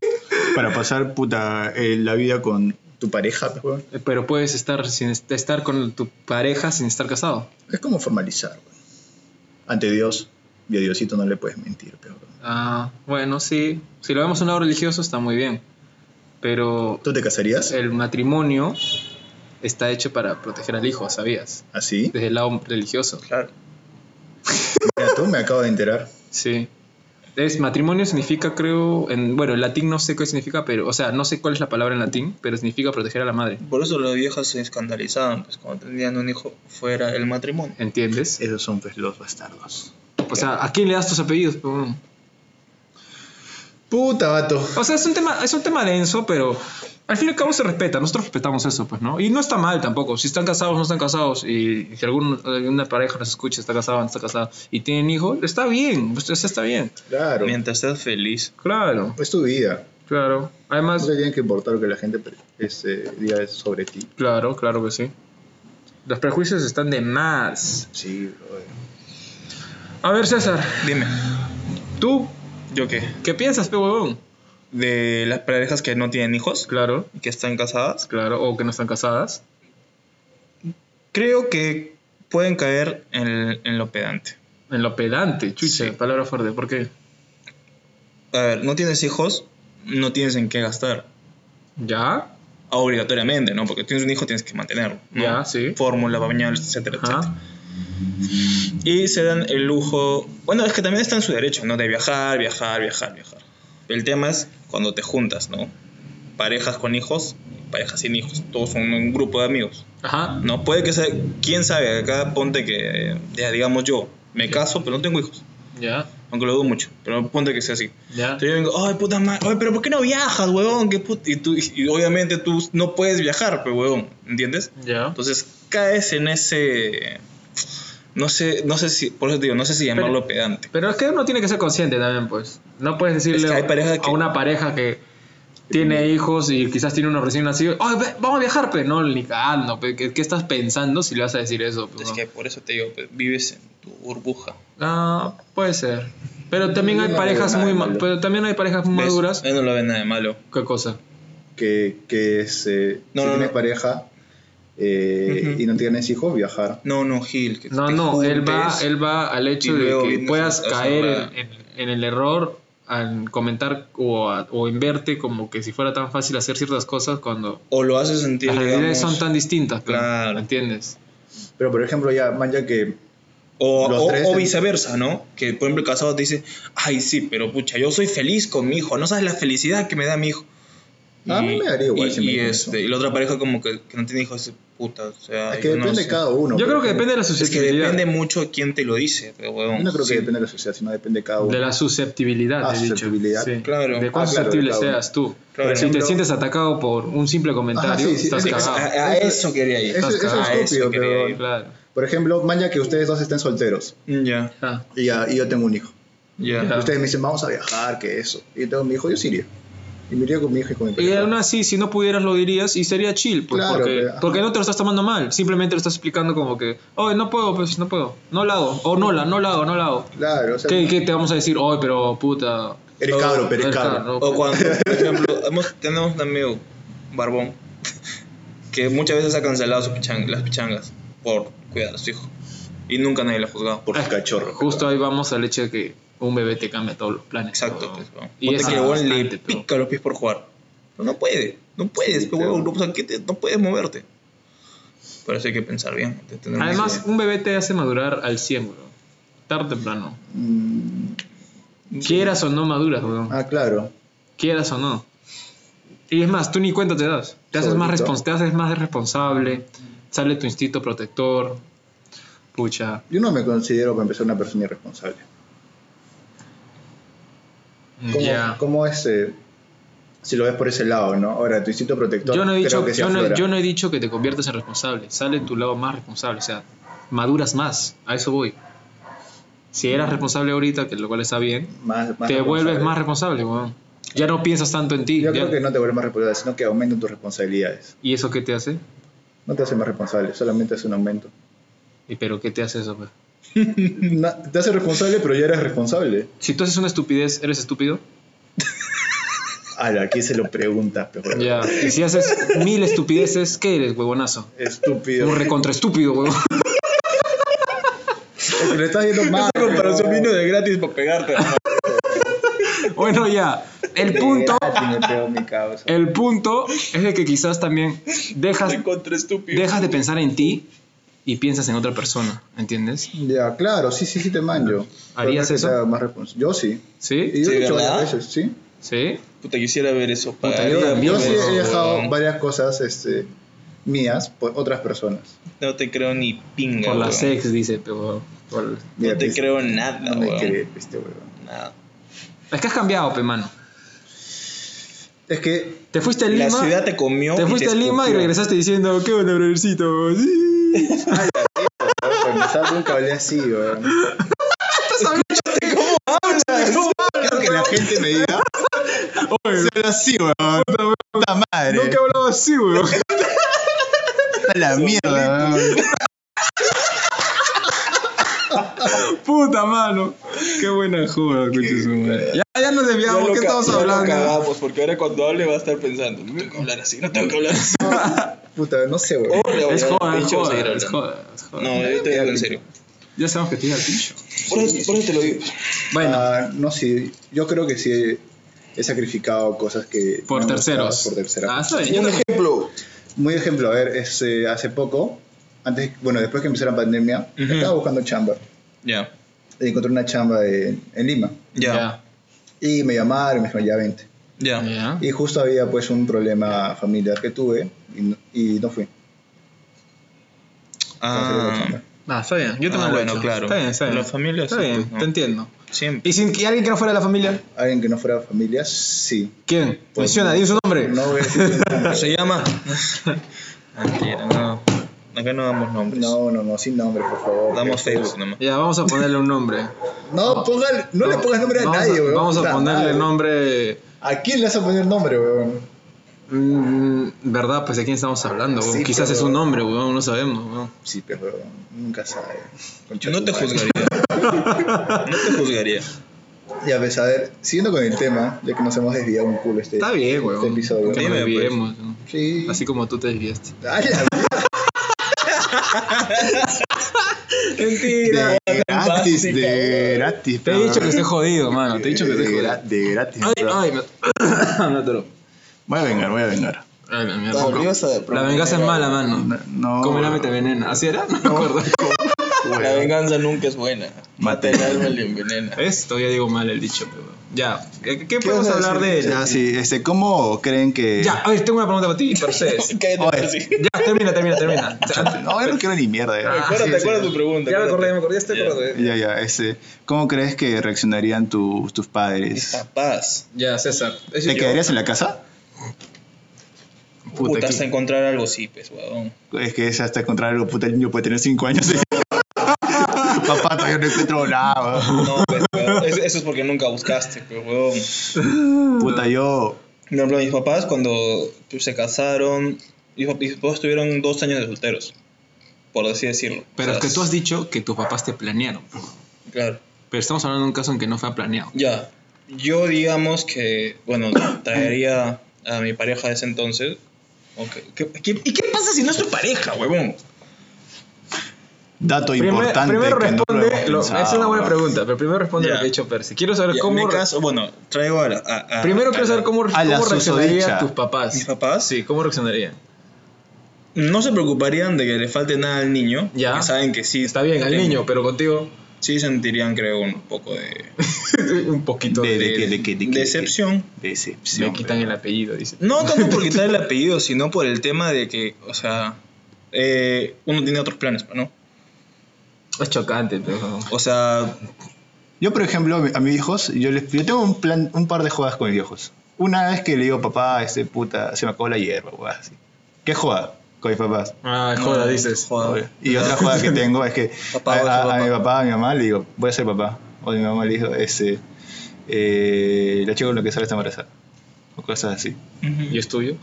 S3: Para pasar puta eh, la vida con tu pareja, pues, huevón.
S2: Eh, Pero puedes estar sin estar con tu pareja sin estar casado.
S3: Es como formalizar, huevón. Ante Dios. Y a Diosito no le puedes mentir, pero.
S2: Ah, bueno, sí. Si lo vemos en un lado religioso está muy bien. Pero
S3: ¿Tú te casarías?
S2: el matrimonio está hecho para proteger al hijo, ¿sabías?
S3: ¿Así?
S2: Desde el lado religioso.
S1: Claro.
S3: Mira, tú me acabo de enterar.
S2: Sí. Es matrimonio significa, creo, en, bueno, en latín no sé qué significa, pero, o sea, no sé cuál es la palabra en latín, pero significa proteger a la madre.
S1: Por eso las viejas se escandalizaban, pues cuando tenían un hijo fuera el matrimonio.
S2: ¿Entiendes?
S3: Esos son pues, los bastardos.
S2: O sea, ¿a quién le das tus apellidos? Pum.
S3: Puta vato.
S2: O sea, es un tema, es un tema denso, pero al fin y al cabo se respeta. Nosotros respetamos eso, pues, ¿no? Y no está mal tampoco. Si están casados, no están casados. Y si algún, alguna pareja nos escucha, está casada, no está casada, y tienen hijos, está bien. O sea, está bien.
S3: Claro.
S1: Mientras seas feliz.
S2: Claro,
S3: Es tu vida.
S2: claro.
S3: No
S2: Además,
S3: te tiene que importar lo que la gente pre- este, diga sobre ti.
S2: claro, claro que sí. Los prejuicios están de más.
S3: Sí,
S2: A ver, César,
S1: Dime,
S2: ¿tú
S1: ¿yo qué?
S2: qué piensas, pe huevón?
S1: ¿De las parejas que no tienen hijos?
S2: Claro,
S1: ¿Que están casadas?
S2: claro. O que no están casadas.
S1: Creo que pueden caer en, en lo pedante.
S2: En lo pedante, chucha,
S1: Sí.
S2: palabra fuerte. ¿Por qué?
S1: A ver, no tienes hijos, no tienes en qué gastar.
S2: ¿Ya?
S1: Obligatoriamente, ¿no? Porque tienes un hijo, tienes que mantenerlo. ¿no?
S2: Ya, sí.
S1: Fórmula, bañal, etcétera,
S2: Ajá.
S1: etcétera. Y se dan el lujo. Bueno, es que también está en su derecho, ¿no? De viajar, viajar, viajar, viajar. El tema es cuando te juntas, ¿no? Parejas con hijos, parejas sin hijos. Todos son un grupo de amigos.
S2: Ajá.
S1: No, puede que sea. Quién sabe, acá ponte que. Ya, digamos yo, me caso, pero no tengo hijos.
S2: Ya.
S1: Aunque lo dudo mucho, pero ponte que sea así.
S2: Ya.
S1: Entonces yo vengo, ay, puta madre, ay, pero ¿por qué no viajas, huevón? ¿Qué put-?" Y, tú, y obviamente tú no puedes viajar, pues, huevón, ¿entiendes?
S2: Ya.
S1: Entonces caes en ese. No sé, no sé si, por eso te digo, no sé si llamarlo pedante.
S2: Pero es que uno tiene que ser consciente también, pues. No puedes decirle
S1: Es que Mm. hay parejas que-
S2: a una pareja que tiene hijos y quizás tiene uno recién nacido. "Ay, ve, vamos a viajar, pe. No, ni cagando, pe. ¿Qué, qué estás pensando si le vas a decir eso? pe,
S1: Es
S2: weón?
S1: que por eso te digo, pues, vives en tu burbuja.
S2: Ah, puede ser. Pero también hay
S3: No,
S2: parejas
S3: nada
S2: muy
S3: de
S2: ma-
S3: malo.
S2: pero también hay parejas muy
S1: ¿Ves?
S2: maduras.
S1: Él no lo ve nada de malo.
S2: ¿Qué cosa?
S3: que, que es, eh,
S1: No,
S3: si
S1: no,
S3: tienes
S1: no.
S3: pareja eh,
S1: Ujú.
S3: y no tienes hijos, viajar.
S1: No, no, Gil. Que
S2: No,
S1: te
S2: no, él va,
S1: juntes.
S2: él va al hecho
S1: y
S2: de
S1: luego
S2: que
S1: vienes
S2: puedas
S1: a- a
S2: caer
S1: cerrar.
S2: en, en- en el error al comentar o, a- o en verte como que si fuera tan fácil hacer ciertas cosas cuando
S1: O lo hace sentir.
S2: las realidades
S1: digamos,
S2: son tan distintas, pero,
S1: claro.
S2: ¿me ¿entiendes?
S3: Pero por ejemplo, ya, man, ya que
S1: O,
S3: Los
S1: o-
S3: tres
S1: o
S3: en-
S1: viceversa, ¿no? Que por ejemplo el casado te dice, ay, sí, pero pucha, yo soy feliz con mi hijo, no sabes la felicidad que me da mi hijo.
S3: A mí me daría igual
S1: y,
S3: si me
S1: y
S3: dicen
S1: este,
S3: eso.
S1: y la otra pareja como que, que no tiene hijos, dice, puta, o sea...
S3: es que
S1: yo no
S3: depende de
S1: sé".
S3: cada uno.
S2: Yo
S3: pero
S2: creo que depende de la
S1: Es que
S2: susceptibilidad.
S1: depende mucho quién te lo dice, pero,
S3: Yo
S1: huevón,
S3: no creo
S1: sí.
S3: que depende de la sociedad, sino depende de cada uno.
S2: De la susceptibilidad,
S3: Ah,
S2: he dicho.
S3: susceptibilidad.
S2: Sí.
S1: Claro.
S2: De cuán
S3: Ah, claro,
S2: susceptible
S3: cada uno.
S2: seas tú.
S1: Claro.
S2: si te
S3: Ejemplo-
S2: sientes atacado por un simple comentario,
S3: Ajá, sí, sí,
S2: estás
S3: es-
S1: Eso-
S2: cagado.
S1: a, a eso quería ir.
S3: Eso,
S2: Estás
S3: eso
S2: cagado,
S1: eso
S3: es estúpido,
S1: quería
S3: pero...
S1: ir.
S2: Claro.
S3: Por ejemplo, man, ya que ustedes dos estén solteros
S1: Mm, Ya,
S2: Ah,
S3: y, ya, y yo tengo un hijo.
S1: ya.
S2: Claro.
S3: Ustedes me dicen, vamos a viajar, que eso. Y yo tengo mi hijo, yo sí iría. Y me iría con mi hijo y con mi
S2: Y
S3: pareja.
S2: aún así, si no pudieras, lo dirías y sería chill, pues,
S3: Claro,
S2: porque,
S3: pero- ajá.
S2: porque no te lo estás tomando mal, simplemente lo estás explicando como que, oh, no puedo, pues no puedo, no lo hago, o no la, no la hago, no la hago.
S3: Claro, o sea,
S2: ¿Qué, qué te vamos a decir? Oh, pero puta. pues,
S3: eres
S1: No,
S3: cabro, pero
S2: no
S3: eres
S2: es
S3: cabro.
S2: cabro.
S1: O cuando, por ejemplo, hemos- tenemos un amigo, Barbón, que muchas veces ha cancelado sus pichan- las pichangas por cuidar a su hijo. Y nunca nadie lo ha juzgado.
S3: Por su cachorro.
S2: Ah, Justo ahí vamos al hecho de que un bebé te cambia todos los planes.
S1: Exacto,
S2: ¿no?
S1: pues, weón.
S2: Y
S1: Ponte
S2: eso
S1: que el weón
S2: bastante,
S1: le
S2: pero-
S1: pica los pies por jugar. No, no puede, no puedes,
S3: Sí,
S1: pe, weón,
S3: pero-
S1: o sea, ¿qué te- no puedes moverte. Por eso hay que pensar bien. de tener una
S2: Además,
S1: idea.
S2: un bebé te hace madurar al 100, weón. Tarde o temprano.
S3: Mm,
S2: Quieras o no maduras, weón.
S3: ah, claro.
S2: Quieras o no. Y es más, tú ni cuenta te das. Te haces, más,
S3: Solito.
S2: respons- te haces más responsable. Sale tu instinto protector. Pucha.
S3: Yo no me considero para empezar una persona irresponsable.
S2: Mm,
S3: ¿Cómo,
S2: Ya.
S3: cómo es eh, si lo ves por ese lado, no? Ahora, tu instinto protector
S2: Yo no, he
S3: creo
S2: dicho,
S3: que se
S2: yo, no,
S3: aflora.
S2: yo no he dicho que te conviertas en responsable. Sale tu lado más responsable. O sea, maduras más. A eso voy. Si eras responsable ahorita, que lo cual está bien,
S3: Más- más
S2: te vuelves
S3: responsable.
S2: más responsable, weón. Ya no piensas tanto en ti.
S3: Yo
S2: ya-
S3: creo que no te vuelves más responsable, sino que aumentan tus responsabilidades.
S2: ¿Y eso qué te hace?
S3: No te hace más responsable, solamente es un aumento.
S2: ¿Y pero qué te hace eso? pues?
S3: Na- te hace responsable, pero ya eres responsable.
S2: Si tú haces una estupidez, ¿eres estúpido?
S3: Ala, aquí se lo preguntas, pero bueno.
S2: Ya. Y si haces mil estupideces, ¿qué eres, huevonazo?
S3: estúpido.
S2: Un recontra estúpido, huevón.
S3: Es que le estás yendo mal.
S1: Esa comparación vino de gratis para pegarte.
S2: Bueno, ya. El punto,
S3: Gratis, me pego mi causa.
S2: el punto es de que quizás también dejas,
S1: Contra estúpido.
S2: dejas de pensar en ti y piensas en otra persona, ¿entiendes?
S3: Ya, claro, sí, sí, sí te manjo.
S2: ¿Harías
S3: Pero no es que
S2: eso?
S3: te haga Más respons- yo sí. Y
S2: ¿Sí?
S3: yo
S1: Sí,
S3: he hecho
S1: ¿verdad?
S3: varias veces, sí.
S2: ¿Sí?
S1: Puta, quisiera ver eso.
S2: Puta,
S1: pagaría
S2: yo también,
S3: Yo
S1: por
S3: sí
S1: eso,
S3: he dejado
S1: weón.
S3: varias cosas este, mías por otras personas.
S1: No te creo ni pinga.
S2: Por la
S1: weón.
S2: sex, dice, pero... por-
S1: No
S3: Mira,
S1: te
S3: pues,
S1: creo nada,
S3: No me
S1: weón.
S3: crees, este huevón.
S1: Nada.
S2: Es que has cambiado, pe, mano.
S3: Es que
S2: Te fuiste a Lima...
S1: La ciudad te comió.
S2: Te
S1: y
S2: fuiste a Lima y
S1: escupió.
S2: regresaste diciendo, qué bueno, brothercito. Sí.
S3: weón, para empezar nunca hablé así, weón. Quiero que la gente me diga,
S2: Oye,
S3: se habla así, weón. Puta madre.
S2: nunca hablaba así, weón.
S3: A la mierda, weón.
S2: Puta mano. Qué buena joda, coche su madre. Ya, ya nos
S1: Ya
S2: desviamos,
S1: lo
S2: ¿qué
S1: ca-
S2: estamos
S1: ya lo
S2: hablando?
S1: cagamos, porque ahora cuando hable va a estar pensando, no tengo que hablar así, no tengo que hablar así.
S3: Puta, no sé, weón.
S1: Pobre,
S2: Es
S1: weón,
S2: joda, es
S1: pincho, seguir
S2: joda,
S1: hablando.
S2: es joda, es joda.
S1: No, yo te digo en serio.
S2: Ya sabemos que tiene el pincho.
S1: Por eso, por eso te lo digo.
S2: Bueno,
S3: Ah, no, sí. Yo creo que sí he, he sacrificado cosas que.
S2: por
S3: no me
S2: terceros.
S3: gustaban Por terceros.
S2: Ah, está bien. yo no-
S1: ejemplo.
S3: Muy ejemplo, a ver, es, eh, hace poco, antes, bueno, después que empezó la pandemia,
S1: Ujú.
S3: estaba buscando chamba.
S1: Ya,
S3: Y encontré una chamba en- en Lima.
S1: ya,
S3: Y me llamaron, me dijeron, ya vente.
S1: ya.
S2: Ya.
S3: Y justo había pues un problema familiar que tuve y no, y no fui.
S1: Ah,
S2: Ah, está bien. Yo
S1: Ah,
S2: también lo he
S1: bueno,
S2: hecho.
S1: claro.
S2: Está bien, está bien.
S1: La familia
S2: Está
S1: sí,
S2: bien,
S1: pues, no.
S2: te entiendo.
S1: siempre.
S2: ¿Y sin y alguien que no fuera de la familia?
S3: Alguien que no fuera familia, sí.
S2: ¿Quién?
S3: Pues,
S2: Menciona, di su nombre.
S3: No voy a decir su nombre.
S1: Se llama. Mentira, no. Acá no damos nombres.
S3: No, no, no, sin nombre, por favor. Este,
S1: Damos Facebook nomás.
S2: Ya, vamos a ponerle un nombre.
S3: No, póngale- no le pongas nombre a
S2: Vamos
S3: nadie, weón.
S2: Vamos a
S3: Puta
S2: ponerle
S3: madre.
S2: nombre.
S3: ¿A quién le vas a poner nombre, weón?
S2: Mm, ¿Verdad? Pues de quién estamos hablando, weón?
S3: Sí,
S2: Quizás
S3: pero-
S2: es un hombre, weón, no sabemos, weón.
S3: Sí, pero nunca sabe. Concha
S1: Yo no te
S3: tu madre.
S1: juzgaría. No te juzgaría.
S3: Ya, pues, a ver, siguiendo con el tema, ya que nos hemos desviado un culo este,
S2: Está bien,
S3: este
S2: weón.
S3: episodio.
S2: Que
S1: Dime,
S2: nos
S1: pues.
S2: olvidemos, weón.
S3: Sí.
S2: Así como tú te desviaste.
S3: Ah, ya,
S2: Mentira.
S3: de gratis, de gratis.
S2: Te he dicho que estoy jodido, mano. Te he dicho que estoy
S3: De
S2: jodido.
S3: gra- De gratis.
S2: Ah. Ay,
S3: bro.
S2: ay, me... me atoró.
S3: Voy a vengar, voy a vengar.
S2: Ay, me- me- La
S1: La
S2: venganza es mala, mano.
S3: No, no.
S2: Como el ave te venena. ¿Así era? No me acuerdo.
S1: La venganza nunca es buena. Mata el
S3: Mate.
S1: alma y le envenena.
S2: Es, todavía digo mal el dicho, pero... Ya. ¿Qué, qué
S3: vas
S2: podemos
S3: a
S2: hablar de...?
S3: decir? Ya, sí, este, ¿cómo creen que...?
S2: Ya, a ver, tengo una pregunta para ti, Perseus.
S1: Cállate,
S3: Oye.
S1: Percy.
S2: ya, termina, termina, termina.
S3: No, yo no quiero ni mierda. ya.
S2: Ah,
S1: Acuérdate,
S2: sí, sí.
S1: acuérdate tu pregunta.
S2: Ya me
S1: acuérdate.
S2: acordé, me acordé, ya estoy eh.
S1: Ya.
S2: acordado.
S3: Ya, ya, este, ¿cómo crees que reaccionarían tus tus
S1: Mis
S3: padres?
S1: papás.
S2: Ya, César. Ese
S3: ¿Te
S2: yo.
S3: quedarías en la casa?
S1: Puta,
S2: aquí.
S1: hasta encontrar algo sí, pues, huevón.
S3: Es que es hasta encontrar algo, puta, el niño puede tener 5 años. ¿eh? Papá, todavía no encuentro nada.
S1: No, pues, huevón. Eso, eso es porque nunca buscaste, pues, huevón.
S3: Puta, yo...
S1: Por ejemplo, mis papás cuando pues, se casaron, mis pap- mis papás estuvieron dos años de solteros, por así decirlo.
S2: Pero
S1: O
S2: es
S1: sea,
S2: que tú has dicho que tus papás te planearon.
S1: Claro.
S2: Pero estamos hablando de un caso en que no fue planeado.
S1: Ya, yo digamos que, bueno, traería a mi pareja de ese entonces. Ok, ¿qué- qué- y qué pasa si no es tu pareja, huevón?
S3: Dato importante
S2: primero
S3: que no lo
S2: responde.
S3: hemos
S2: lo-
S3: pensado,
S2: es una buena
S3: bro.
S2: pregunta, pero primero responde
S1: Ya.
S2: lo que ha dicho Percy. Quiero saber
S1: Ya,
S2: cómo.
S1: me caso- bueno, traigo a, la- a- a-
S2: primero
S1: a
S2: quiero
S1: la-
S2: saber cómo,
S3: a la
S2: cómo reaccionarían
S3: susodicha.
S2: tus papás.
S1: mis papás.
S2: Sí, cómo reaccionarían.
S1: No se preocuparían de que le falte nada al niño.
S2: Ya.
S1: porque saben que sí.
S2: Está bien, al
S1: ten-
S2: niño, pero contigo
S1: Sí sentirían, creo, un poco de
S2: un poquito
S3: De,
S2: de.
S3: de, qué, de, qué, de, qué, de
S1: decepción.
S3: qué?
S2: me
S3: Decepción.
S2: quitan el apellido, dice.
S1: No tanto por quitar el apellido, sino por el tema de que, o sea, eh, uno tiene otros planes, ¿no?
S2: Es chocante, pero.
S1: O sea,
S3: Yo, por ejemplo, a mis hijos, yo, les, yo tengo un, plan, un par de jodas con mis viejos. Una vez que le digo, papá, este puta, se me acabó la hierba, weón, así. ¿Qué joda con mis papás?
S2: Ah, joda,
S1: no,
S2: dices.
S1: Joda.
S3: Y otra joda que tengo es que
S1: Papá, voy a
S3: a,
S1: ser
S3: a- a
S1: papá.
S3: mi papá, a mi mamá le digo, voy a ser papá. O mi mamá le dijo, este, eh, la chica con la que sale está embarazada. O cosas así.
S2: ¿Y es tuyo?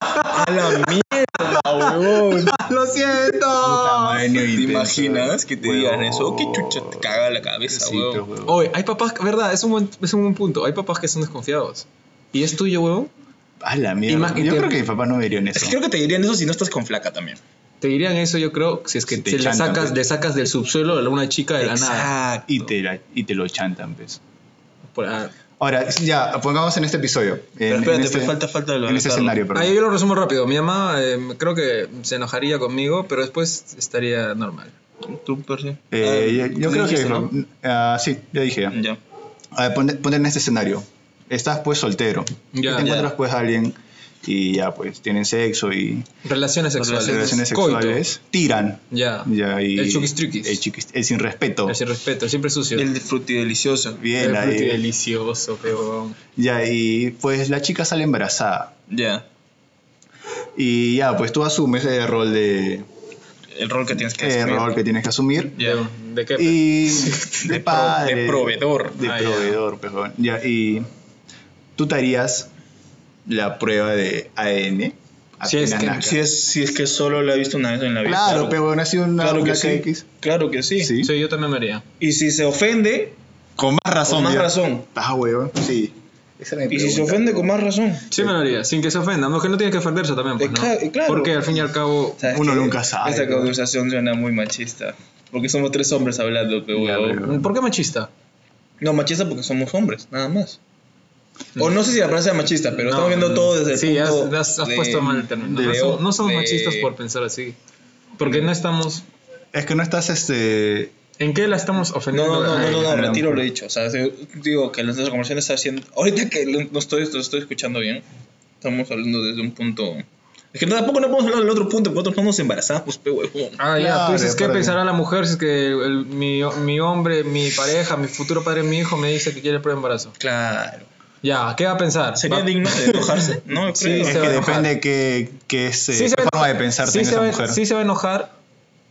S1: A la mierda, huevón.
S2: ¡Lo
S3: Puta
S2: siento!
S3: madre, ni
S1: Ah, ¿Te
S3: intenso, eh.
S1: imaginas que te digan
S3: huevón.
S1: eso? ¿Qué chucha te caga la cabeza,
S3: Sí, pues,
S1: huevón?
S3: huevón.
S2: Oye, hay papás, verdad, es un buen, es un buen punto. Hay papás que son desconfiados. ¿Y es tuyo, huevón?
S3: A la
S2: Ima-
S3: mierda.
S2: y
S3: Yo
S2: te-
S3: creo que mis papás no me dirían
S1: Es
S3: eso.
S1: que creo que te dirían eso si no estás con flaca también.
S2: Te dirían eso, yo creo, si es que
S3: Si te
S2: se le,
S3: chantan,
S2: sacas,
S3: pues.
S2: le sacas del subsuelo a una chica de la nada.
S1: Exacto.
S3: Y te, la- y te lo chantan, pues.
S2: Por- ah.
S3: Ahora, ya, pongamos en este episodio. En,
S1: Pero
S3: en
S1: espérate,
S3: este,
S1: pues, falta, falta lo Ah,
S3: en este escenario, perdón.
S2: Ahí yo lo resumo rápido. Mi mamá eh, creo que se enojaría conmigo, pero después estaría normal.
S1: Tú, Percy.
S3: Eh,
S1: Ah,
S3: yo, yo
S1: tú
S3: creo que...
S1: dijiste, ¿no? Mm.
S3: ah, sí, ya dije ya.
S1: Ya.
S3: A ver, ponte, ponte en este escenario. Estás pues soltero.
S2: Ya,
S3: y te
S2: ya.
S3: encuentras pues a alguien y ya pues tienen sexo y
S2: Relaciones sexuales.
S3: relaciones
S2: Coito.
S3: sexuales. Tiran.
S2: Ya.
S3: Ya, y
S2: El chuquistriquis.
S3: El, chiquis- el sin respeto.
S2: El sin respeto, el siempre sucio.
S1: El frutidelicioso.
S3: Bien,
S2: El fruti
S3: ahí.
S2: delicioso, peón.
S3: Ya, y pues la chica sale embarazada.
S1: Ya.
S3: Y ya, pues tú asumes el rol de...
S1: El Eh, rol que tienes que
S3: El
S1: asumir.
S3: rol que tienes que asumir.
S1: Ya.
S2: ¿De, de qué?
S3: Y
S1: De
S3: de
S1: pro-
S3: padre.
S1: de proveedor.
S3: De
S2: Ah, ya.
S3: proveedor, perdón. Ya, y tú te harías la prueba de ADN.
S2: Si es
S3: apenas
S2: que-
S3: nazcas.
S1: Si es, si es que solo la he visto una vez en la vida.
S3: Claro, pero no ha sido una,
S1: Claro que
S3: una
S1: sí.
S3: KX.
S1: Claro que sí.
S3: Sí.
S2: Sí, yo también me haría.
S1: Y si se ofende,
S3: Con más razón.
S1: con más
S3: mira.
S1: razón.
S3: Ah, huevón. Sí. Esa era mi
S1: Y si se
S3: pregunta.
S1: ofende, con más razón.
S2: Sí, me lo haría, sin que se ofenda. No, que no tiene que ofenderse también, pues, ¿no?
S1: Exa- claro.
S2: Porque al fin y al cabo...
S1: ¿Sabes
S3: Uno
S1: qué?
S3: nunca sabe,
S1: Esta
S3: ¿no?
S1: conversación suena muy machista. Porque somos tres hombres hablando, pero
S3: Ya,
S1: huevón.
S3: pero-
S2: ¿Por qué machista?
S1: No, machista porque somos hombres, nada más. O no sé si la frase es machista, pero
S2: Mm. No,
S1: estamos viendo
S2: no,
S1: todo desde el
S2: sí, has-
S1: punto
S2: has, has
S1: de-
S2: puesto mal el término.
S1: de-
S2: no, somos, no somos
S1: de-
S2: machistas por pensar así. Porque no estamos...
S3: Es que no estás este.
S2: ¿En qué la estamos
S1: No,
S2: ofendiendo?
S1: no, no, no,
S2: Ay,
S1: no, no,
S3: caramba.
S1: retiro lo dicho. O sea, se- digo que las nuestras conversaciones está haciendo. Ahorita que lo no estoy, lo estoy escuchando bien, estamos hablando desde un punto. Es que no, tampoco no podemos hablar del otro punto, porque nosotros no nos embarazamos, pe huevón.
S2: Ah, ya, tú
S3: Claro,
S2: dices, ¿qué
S3: para mí.
S2: pensará la mujer si es que el- mi, mi hombre, mi pareja, mi futuro padre, mi hijo me dice que quiere prueba de embarazo?
S1: Claro.
S2: Ya, ¿qué va a pensar?
S1: ¿Sería
S2: Va-
S1: digno de enojarse? No,
S2: Sí,
S1: creo.
S2: se
S3: Es
S2: va
S3: que
S2: a enojar.
S3: depende que, que es eh,
S2: Sí se va a
S3: forma de
S2: enojar-
S3: pensar
S2: sí
S3: tenga
S2: se
S3: esa
S2: va-
S3: mujer.
S2: Sí se va a enojar,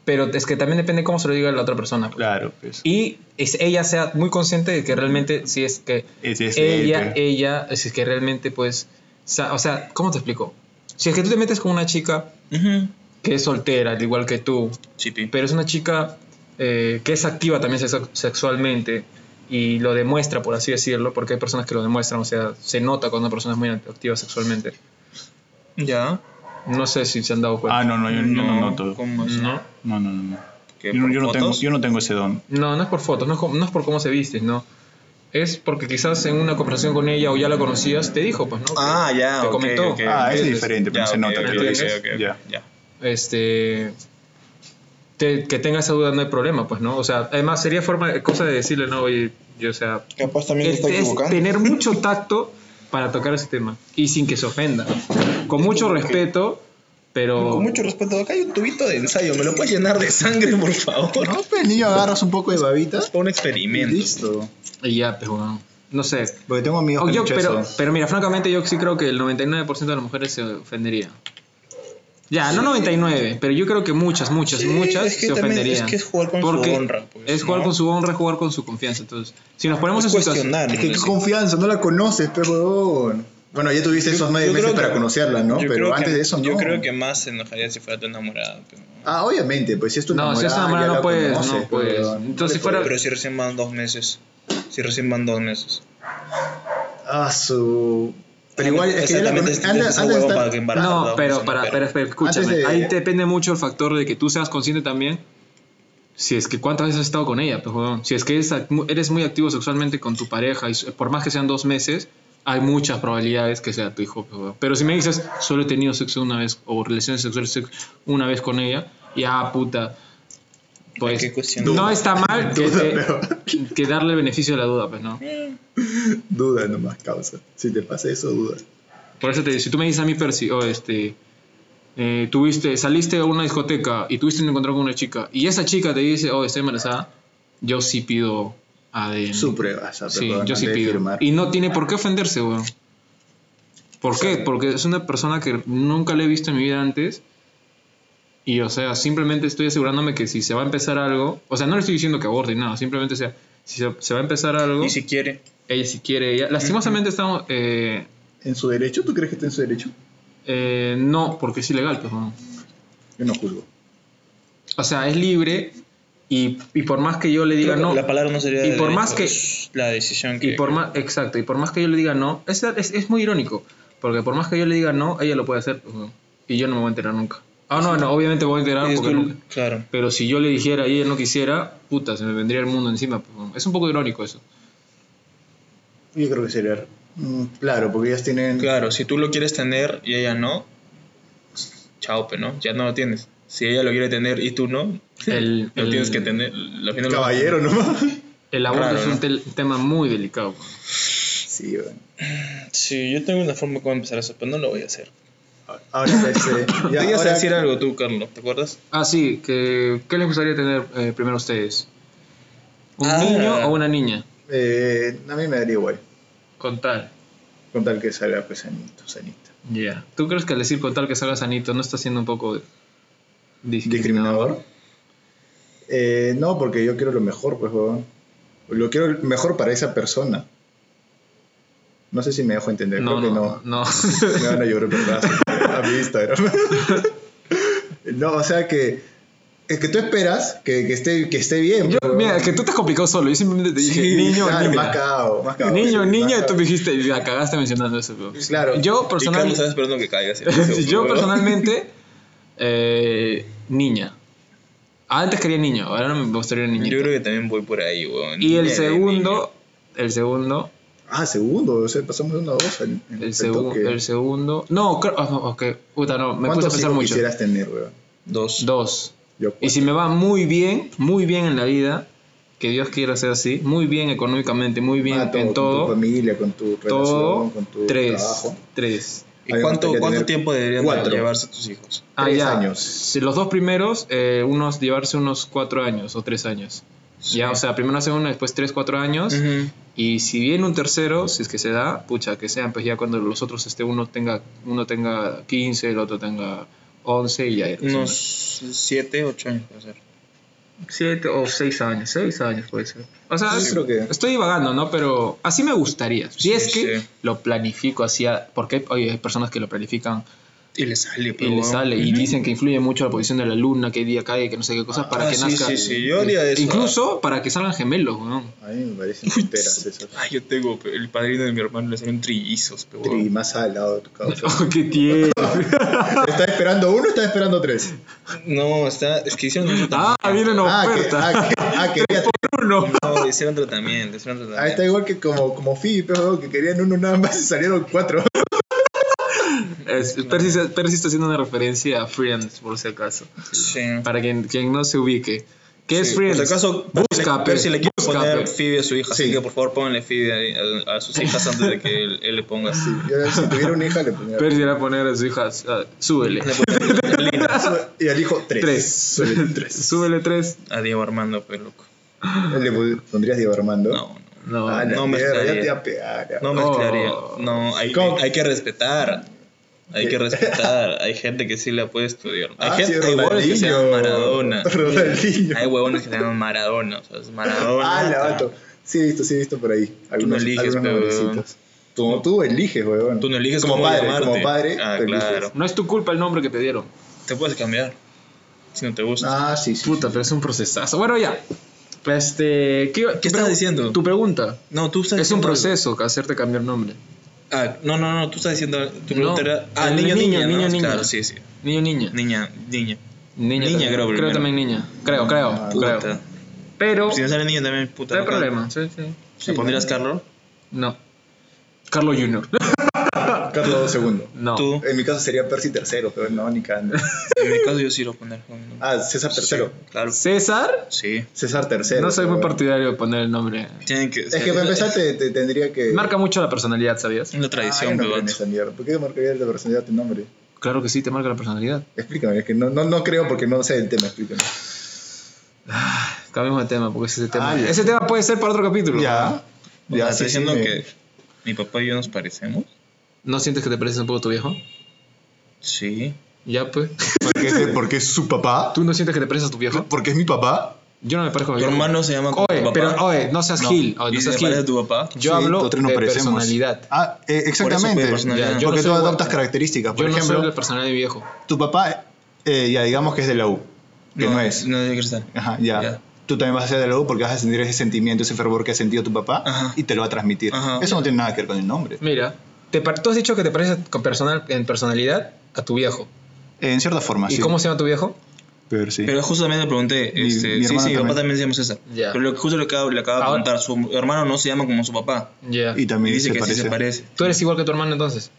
S2: pero es que también depende cómo se lo diga la otra persona.
S3: Claro, pues.
S2: Y es, ella sea muy consciente de que realmente, si es que
S3: Es- es
S2: ella,
S3: él, pues.
S2: ella, si es que realmente, pues, sa- o sea, ¿cómo te explico? Si es que tú te metes con una chica
S1: Ujú.
S2: que es soltera, al igual que tú,
S1: Sí, pi.
S2: pero es una chica eh, que es activa también sexo- sexualmente y lo demuestra, por así decirlo, porque hay personas que lo demuestran, o sea, se nota cuando una persona es muy activa sexualmente.
S1: Ya.
S2: No sé si se han dado cuenta.
S3: Ah, no, no, yo, yo no noto.
S1: ¿cómo es?
S2: ¿No?
S3: No, no, no. no.
S1: ¿Que
S3: Yo, no-
S1: por
S3: yo no tengo,
S1: fotos?
S3: yo no tengo ese don.
S2: No, no es por fotos, no es, co- no es por cómo se viste, no. Es porque quizás en una conversación con ella o ya la conocías, te dijo, pues, ¿no?
S1: Ah, ya.
S2: Te
S1: ok,
S2: comentó.
S1: ok.
S3: Ah, ese es
S2: entiendes.
S3: diferente, pero
S1: Ya,
S3: no se
S1: ok,
S3: nota.
S1: ok,
S3: claro.
S1: ok,
S2: ¿Entiendes?
S1: ok, ok,
S3: Ya.
S1: ya.
S2: Este. te- que tenga esa duda no hay problema, pues, ¿no? O sea, además sería forma, cosa de decirle, no, y, o sea,
S4: Capaz también
S2: es,
S4: se está
S2: es
S4: equivocando.
S2: tener mucho tacto para tocar ese tema y sin que se ofenda. Con mucho respeto, pero.
S1: Con mucho respeto, acá hay un tubito de ensayo. ¿Me lo puedes llenar de sangre, por favor?
S3: No, pues niño, agarras un poco de babita
S1: Para un
S3: y
S1: experimento.
S3: listo.
S2: Y ya, pues, weón, No sé.
S3: Porque tengo amigos
S2: O
S3: que
S2: Oh, yo-
S3: han hecho
S2: pero,
S3: eso.
S2: pero mira, francamente, yo sí creo que el 99% de las mujeres se ofendería. Ya, no 99, pero yo creo que muchas, muchas,
S1: Sí,
S2: muchas
S1: es que
S2: se
S1: también
S2: ofenderían.
S1: es que es jugar con su
S2: Porque
S1: honra, pues,
S2: es jugar
S1: ¿no?
S2: con su honra, es jugar con su confianza. Entonces, si nos ponemos
S1: Es
S2: en situación.
S1: cuestionar.
S3: Es que qué confianza, no la conoces, pero Bueno, ya tuviste esos medio
S1: Yo
S3: meses
S1: creo
S3: para
S1: que-
S3: conocerla, ¿no?
S1: yo
S3: Pero
S1: creo
S3: antes
S1: que-
S3: de eso no.
S1: Yo creo que más se enojaría si fuera tu enamorada. pero-
S3: Ah, obviamente, pues si es tu
S2: No, si es una
S3: ya
S2: mala,
S3: la
S2: no puedes.
S3: conoces,
S2: no puedes.
S3: pero-
S2: Entonces, si fuera.
S1: Pero, si recién van dos meses. Si recién van dos meses.
S3: Ah, su. Pero igual, es que ya la
S1: Exactamente,
S3: conoces.
S1: este
S3: Antes
S1: es un
S3: antes
S1: huevo
S3: está-
S1: para que embaraza
S2: No,
S1: dos
S2: pero,
S1: meses,
S2: para, pero, espera, escúchame,
S3: Antes de-
S2: ahí depende mucho el factor de que tú seas consciente también. Si es que cuántas veces has estado con ella, pues, huevón. Si es que eres, ac- eres muy activo sexualmente con tu pareja, y s- por más que sean dos meses, hay muchas probabilidades que sea tu hijo. pues, huevón. Pero si me dices, solo he tenido sexo una vez, o relaciones sexuales sex- una vez con ella, ya, puta. Pues,
S1: Hay que cuestionar.
S2: no está mal que,
S3: Duda,
S2: que-
S3: pero-
S2: que darle beneficio de la duda, pues, ¿no?
S3: Duda nomás, causa. Si te pasa eso, duda.
S2: Por eso te digo, si tú me dices a mí, Percy, o este, eh, tuviste, saliste a una discoteca y tuviste un encuentro con una chica, y esa chica te dice, oh, estoy embarazada, yo sí pido ADN.
S3: Su prueba, esa
S2: Sí,
S3: perdón,
S2: yo sí
S3: antes de
S2: pido.
S3: firmar.
S2: Y no tiene por qué ofenderse, weón. ¿Por qué? Porque es una persona que nunca le he visto en mi vida antes. Y, o sea, simplemente estoy asegurándome que si se va a empezar algo, o sea, no le estoy diciendo que aborde nada, simplemente, o sea, si se, se va a empezar algo,
S1: Y si quiere.
S2: ella si quiere, ella. Lastimosamente estamos. eh,
S3: ¿En su derecho? ¿Tú crees que está en su derecho?
S2: eh, no, porque es ilegal, pues, weón.
S3: Yo no juzgo.
S2: O sea, es libre y, y por más que yo le diga
S1: Creo
S2: no,
S1: que La palabra no sería.
S2: Y
S1: de
S2: por más
S1: derechos, La decisión que.
S2: y por más, exacto, y por más que yo le diga no, es, es, es muy irónico, porque por más que yo le diga no, ella lo puede hacer pues, weón, y yo no me voy a enterar nunca. Ah, no, no, obviamente me voy a enterar
S1: Es
S2: porque
S1: tu-
S2: nunca-
S1: Claro.
S2: Pero si yo le dijera y ella no quisiera, puta, se me vendría el mundo encima. pues, weón. Es un poco irónico eso.
S3: Yo creo que sería. mm, Claro, porque ellas tienen.
S1: Claro, si tú lo quieres tener y ella no, chao, pero no, ya no lo tienes. Si ella lo quiere tener y tú no,
S2: El-
S1: lo
S2: el-
S1: tienes que tener. Al final lo-
S3: Caballero nomás.
S2: El aborto
S1: Claro,
S2: es un
S1: ¿no?
S2: tel- tema muy delicado. pues. weón.
S3: Sí, bueno.
S1: Sí, yo tengo una forma como empezar eso, pero no lo voy a hacer.
S3: Ahora ese.
S1: Ya,
S3: Ya,
S1: ibas
S3: ahora-
S1: a decir algo tú, Carlos, ¿te acuerdas?
S2: Ah, sí, que, ¿qué les gustaría tener eh, primero a ustedes? ¿Un
S1: Ah.
S2: niño o una niña?
S3: Eh, a mí me daría igual.
S2: Con tal.
S3: Con tal que salga pues sanito, sanita.
S2: Ya. ¿Tú crees que al decir con tal que salga sanito no está siendo un poco de-
S3: ¿Discriminador? Eh, no, porque yo quiero lo mejor, pues, huevón. Lo quiero mejor para esa persona. No sé si me dejo entender,
S2: No,
S3: creo
S2: no,
S3: que
S2: no.
S3: no. Me van a llorar por atrás a mi Instagram. no, o sea que. Es que tú esperas que, que esté, que esté bien.
S2: Yo-
S3: pues, huevón.
S2: mira, que tú te has complicado solo. Yo simplemente te dije,
S3: Sí,
S2: niño,
S3: claro,
S2: niña.
S3: Más cagado, más cagado.
S2: niño, niña,
S3: sí, más
S2: y tú
S3: cagado.
S2: me dijiste, y la cagaste mencionando eso. bro. Yo
S3: Claro.
S1: Y Carlos estaba
S2: personalmente,
S1: esperando que caigas.
S2: yo personalmente, eh, niña. Antes quería niño, ahora me gustaría niña.
S1: Yo creo que también voy por ahí, weón.
S2: Y el
S1: Niña, ¿eh?
S2: segundo, el segundo,
S3: Ah, segundo, o sea, pasamos de una a dos. en- en
S2: el
S3: respecto
S2: segundo,
S3: que-
S2: el segundo. No, creo, oh, ok, puta, no, me puse a
S3: ¿Cuántos
S2: pensar
S3: hijos
S2: mucho.
S3: quisieras tener, weón?
S1: Dos.
S2: Dos.
S3: Yo
S2: Y si me va muy bien, muy bien en la vida, que Dios quiera ser así, muy bien económicamente, muy bien
S3: Ah, todo,
S2: en
S3: Con tu
S2: todo,
S3: familia, con tu relación,
S2: todo,
S3: con tu
S2: tres,
S3: trabajo.
S2: tres.
S1: ¿Y
S3: A mí me
S1: cuánto,
S3: gustaría
S1: cuánto
S3: tener
S1: tiempo deberían
S3: cuatro.
S1: llevarse tus hijos?
S2: Ah,
S3: Tres
S2: ya.
S3: años.
S2: Si Los dos primeros, eh, unos llevarse unos cuatro años o tres años. Ya, o sea, primero hace uno, después tres, cuatro años.
S1: Ujú.
S2: Y si viene un tercero, si es que se da, pucha, que sean, pues ya cuando los otros, este, uno tenga, uno tenga 15, el otro tenga 11 y ya. ya,
S1: Unos siete, ocho años puede ser.
S2: Siete o seis años, seis años puede ser. O sea,
S3: Sí,
S2: es-
S3: creo que-
S2: estoy divagando, ¿no? Pero así me gustaría. Si es
S1: Sí,
S2: que
S1: sí.
S2: lo planifico así, a- porque oye, hay personas que lo planifican
S1: Y le sale,
S2: y le sale, y dicen que influye mucho la posición de la luna, qué día cae, que no sé qué cosas, para
S1: Ah,
S2: que
S1: sí,
S2: nazca.
S1: sí, sí, yo haría eso.
S2: Incluso para que salgan gemelos, weón.
S3: A mí me parecen enteras esas.
S1: Ah, yo tengo, pe, el padrino de mi hermano le salen trillizos, pe, huevón.
S3: Tri, más al lado, causa.
S2: Oh, qué tierno.
S3: ¿Estás esperando uno o estás esperando tres?
S1: No, está, es que hicieron un
S2: Ah,
S1: tratamiento.
S2: viene una
S3: Ah, que,
S2: oferta.
S3: ah, que, ah, quería tres.
S2: Uno.
S1: No, hicieron tratamiento, hicieron tratamiento.
S3: Ah, está igual que como, como Phoebe, pe, huevón, que querían uno nada más y salieron cuatro.
S2: Es- Pero sí, se- pero sí está haciendo una referencia a Friends, por si acaso.
S1: Sí.
S2: Para quien, quien no se ubique. ¿Qué es
S1: Sí,
S2: Friends?
S1: Por si acaso,
S2: Busca,
S1: pero
S2: pe,
S1: si le quiero
S2: busca,
S1: poner
S2: pe.
S1: Phoebe a su hija, así
S3: Sí.
S1: que por favor pónganle Phoebe a, a- a sus hijas antes de que él, él le ponga así.
S3: Yo, si tuviera una hija, le ponía.
S2: Percy le va a poner a su hija, ah, súbele.
S3: Y al hijo, tres.
S2: Tres.
S3: Súbele tres.
S2: Pues, Súbele tres.
S1: A Diego Armando, pero loco.
S3: ¿Le pon- pondrías Diego Armando?
S1: No, no.
S2: No.
S3: Ah, la
S1: no me
S3: mierda, ya
S1: estaría.
S3: te iba a pegar. ya.
S1: No
S2: Oh.
S1: mezclaría. No, hay, que-
S3: ¿Cómo?
S1: hay que respetar. Hay que respetar. Hay gente que sí la puede estudiar. Hay,
S3: Ah,
S1: gente,
S3: sí,
S1: hay huevones que se llaman Maradona.
S3: Ronaldinho.
S1: Hay huevones que se llaman Maradona. O sea, es Maradona.
S3: Ah, la vato. Sí, he visto, sí, he visto por ahí. Algunos,
S1: eliges,
S3: algunos
S1: pero-
S3: nombrecitos. Tú, tú eliges, weón.
S1: Tú no eliges
S3: como
S1: cómo
S3: padre.
S1: llamarte.
S3: Como padre,
S1: Ah,
S3: tú eliges.
S1: claro.
S2: No es tu culpa el nombre que te dieron.
S1: Te puedes cambiar. Si no te gusta.
S3: Ah, sí, sí.
S2: Puta, pero es un procesazo. Bueno, ya. Este, ¿qué, tu
S1: estás
S2: pregu-
S1: diciendo?
S2: Tu pregunta.
S1: No, tú estás
S2: Es un
S1: diciendo algo.
S2: proceso que hacerte cambiar nombre.
S1: Ah, no, no, no, tú estás diciendo. Tu pregunta
S2: No,
S1: era. Ah,
S2: el
S1: niño, niña,
S2: niño,
S1: ¿no?
S2: niño, niña.
S1: Claro, sí, sí.
S2: Niño, niña.
S1: Niña, niña.
S2: Niña,
S1: Niña,
S2: también.
S1: creo,
S2: creo.
S1: primero.
S2: también niña. Creo, creo,
S3: Ah,
S2: creo.
S1: Puta.
S2: Pero
S1: Si no sale niño también, puta.
S2: no hay
S1: loca.
S2: problema. Sí, sí.
S1: ¿Le pondrías Carlos?
S2: No. Carlos Junior.
S3: Ah, Carlos II.
S2: No.
S1: Tú.
S3: En mi caso sería Percy III, pero no, ni cagando.
S1: En mi caso, yo sí lo pondría.
S3: Ah, César III.
S1: Claro.
S2: César.
S1: Sí.
S3: César III.
S2: no soy muy
S3: weón.
S2: partidario de poner el nombre.
S1: Tienen que.
S3: Es que para empezar te, te tendría que.
S2: Marca mucho la personalidad, ¿sabías?
S1: Una
S3: Ah,
S1: tradición,
S3: yo no
S1: pero
S3: creo en esa mierda. ¿Por qué marcaría la personalidad tu nombre?
S2: Claro que sí, te marca la personalidad.
S3: Explícame, es que no, no, no creo porque no sé el tema, explícame.
S2: Cambiamos de tema, porque ese tema.
S3: Ah, ya.
S2: ese tema puede ser para otro capítulo.
S3: Ya. Ya,
S1: ¿Estás
S3: sí, sí,
S1: diciendo
S3: me-
S1: que mi papá y yo nos parecemos?
S2: ¿No sientes que te pareces un poco a tu viejo?
S1: Sí.
S2: Ya, pues.
S3: Porque es, porque es su papá,
S2: ¿Tú no sientes que te pareces a tu viejo?
S3: porque es mi papá.
S2: Yo no me parezco a mi
S1: Tu
S2: viejo.
S1: hermano se llama como
S2: Oye,
S1: tu papá.
S2: pero oye, no seas Gil. Oye,
S1: ¿Y
S2: no
S1: si
S2: seas
S1: te parece
S2: Gil.
S1: a tu papá?
S2: Yo
S3: Sí,
S2: hablo
S3: nosotros nos
S2: de
S3: parecemos.
S2: personalidad.
S3: Ah, eh, exactamente.
S1: Por eso, pues,
S2: Ya, yo no soy
S3: porque tú
S2: igual.
S3: adoptas características. Por
S2: Yo no
S3: ejemplo,
S2: soy la personalidad de mi viejo.
S3: tu papá, eh, ya digamos que es de la U, que no, es.
S1: No es de cristal.
S3: Ajá, ya.
S1: Ya.
S3: Tú también vas a ser de la U porque vas a sentir ese sentimiento, ese fervor que ha sentido tu papá
S1: Ajá.
S3: y te lo va a transmitir.
S1: Ajá.
S3: Eso no tiene nada que ver con el nombre.
S2: Mira, te par- tú has dicho que te pareces con personal, en personalidad a tu viejo.
S3: Eh, en cierta forma,
S2: ¿Y
S3: sí.
S2: cómo se llama tu viejo?
S3: Percy.
S1: Pero justamente le pregunté,
S3: Mi-
S1: este,
S3: mi
S1: sí,
S3: hermano
S1: sí, mi papá
S3: también.
S1: también se llama César.
S2: Ya. Ah,
S1: Pero lo que justo le acabo, le acabo de
S2: Ahora-
S1: preguntar, su hermano no se llama como su papá.
S2: Ya.
S3: y
S1: Y
S3: también
S1: dice
S3: se
S1: que
S3: parece.
S1: sí se parece.
S2: ¿Tú eres igual que tu hermano entonces?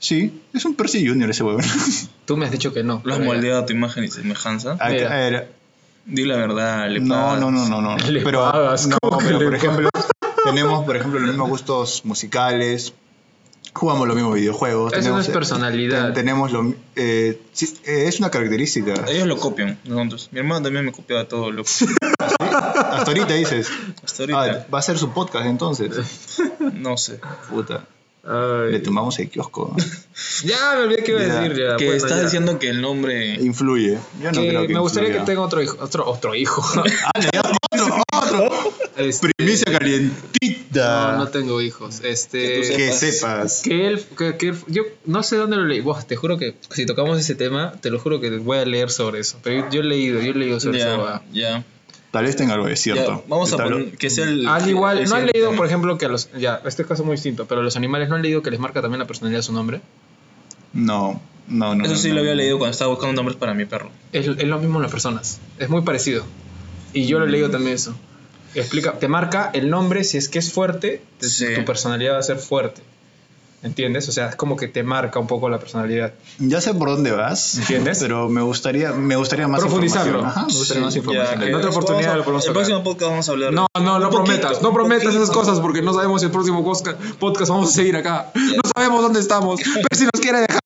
S3: Sí, es un Percy Junior ese huevón.
S2: Tú me has dicho que no.
S1: Lo has
S2: pero Ah, ya.
S1: moldeado a tu imagen y semejanza.
S3: A- a
S2: Mira.
S3: ver,
S1: Di la verdad, le
S3: no,
S1: pagas.
S3: no, no, no, no.
S2: Le
S3: Pero,
S2: pagas,
S3: no,
S2: ¿cómo que
S3: pero
S2: le
S3: por ejemplo, tenemos, por ejemplo, los mismos gustos musicales, jugamos los mismos videojuegos.
S2: Eso no
S3: tenemos,
S2: es personalidad.
S3: ten- tenemos lo, eh, sí, eh, es una característica.
S1: Ellos lo copian, nosotros. Mi hermano también me copiaba todo, loco.
S3: Hasta ahorita dices.
S1: Hasta ahorita,
S3: Ah, va a ser su podcast entonces.
S1: no sé.
S3: Puta.
S2: Ay.
S3: Le tomamos el kiosco.
S2: Ya me olvidé que iba a
S3: Ya.
S2: decir. Ya.
S1: que
S2: Bueno,
S1: estás
S2: ya.
S1: diciendo que el nombre...
S3: Influye. Yo no
S2: Que
S3: creo
S2: Eh,
S3: que Ah,
S2: me gustaría
S3: influya.
S2: que tenga otro hijo. Otro, otro hijo.
S3: Otro, otro.
S2: Este,
S3: Primicia calientita.
S2: no, no tengo hijos. Este.
S1: tú
S3: que sepas.
S2: Que él, que, que él- yo no sé dónde lo leí. Buah, te juro que si tocamos ese tema, te lo juro que voy a leer sobre eso. Pero yo, yo he leído, yo he leído sobre eso.
S1: Ya, ya,
S3: Tal vez tenga algo de
S1: ya.
S3: cierto.
S1: Vamos a
S3: Tal-
S1: poner que sea el...
S2: Al igual,
S1: el
S2: ¿no han
S1: siguiente
S2: leído,
S1: tema.
S2: por ejemplo, que a los. Ya, este es caso es muy distinto, pero a los animales no han leído que les marca también la personalidad su nombre?
S3: No, no, no.
S1: Eso sí
S3: no,
S1: lo había
S3: no.
S1: leído cuando estaba buscando nombres para mi perro.
S2: Es, es lo mismo en las personas. Es muy parecido. Y yo lo he leído también eso. Explica, te marca el nombre, si es que es fuerte, te-
S1: Sí.
S2: tu personalidad va a ser fuerte. ¿Entiendes? O sea, es como que te marca un poco la personalidad.
S3: Ya sé por dónde vas.
S2: ¿Entiendes?
S3: Pero me gustaría, me gustaría más
S2: Profundizarlo.
S3: información. Ajá, me gustaría más
S2: Sí,
S3: información.
S1: que
S2: En otra oportunidad
S1: vamos a-
S2: lo podemos
S1: El
S2: hablar.
S1: próximo podcast vamos a hablar.
S2: No, no, no
S1: Un poquito,
S2: prometas, no
S1: un
S2: prometas
S1: poquito.
S2: esas cosas porque no sabemos si el próximo cosca- podcast vamos a seguir acá. No sabemos dónde estamos. Pero si nos quiere dejar.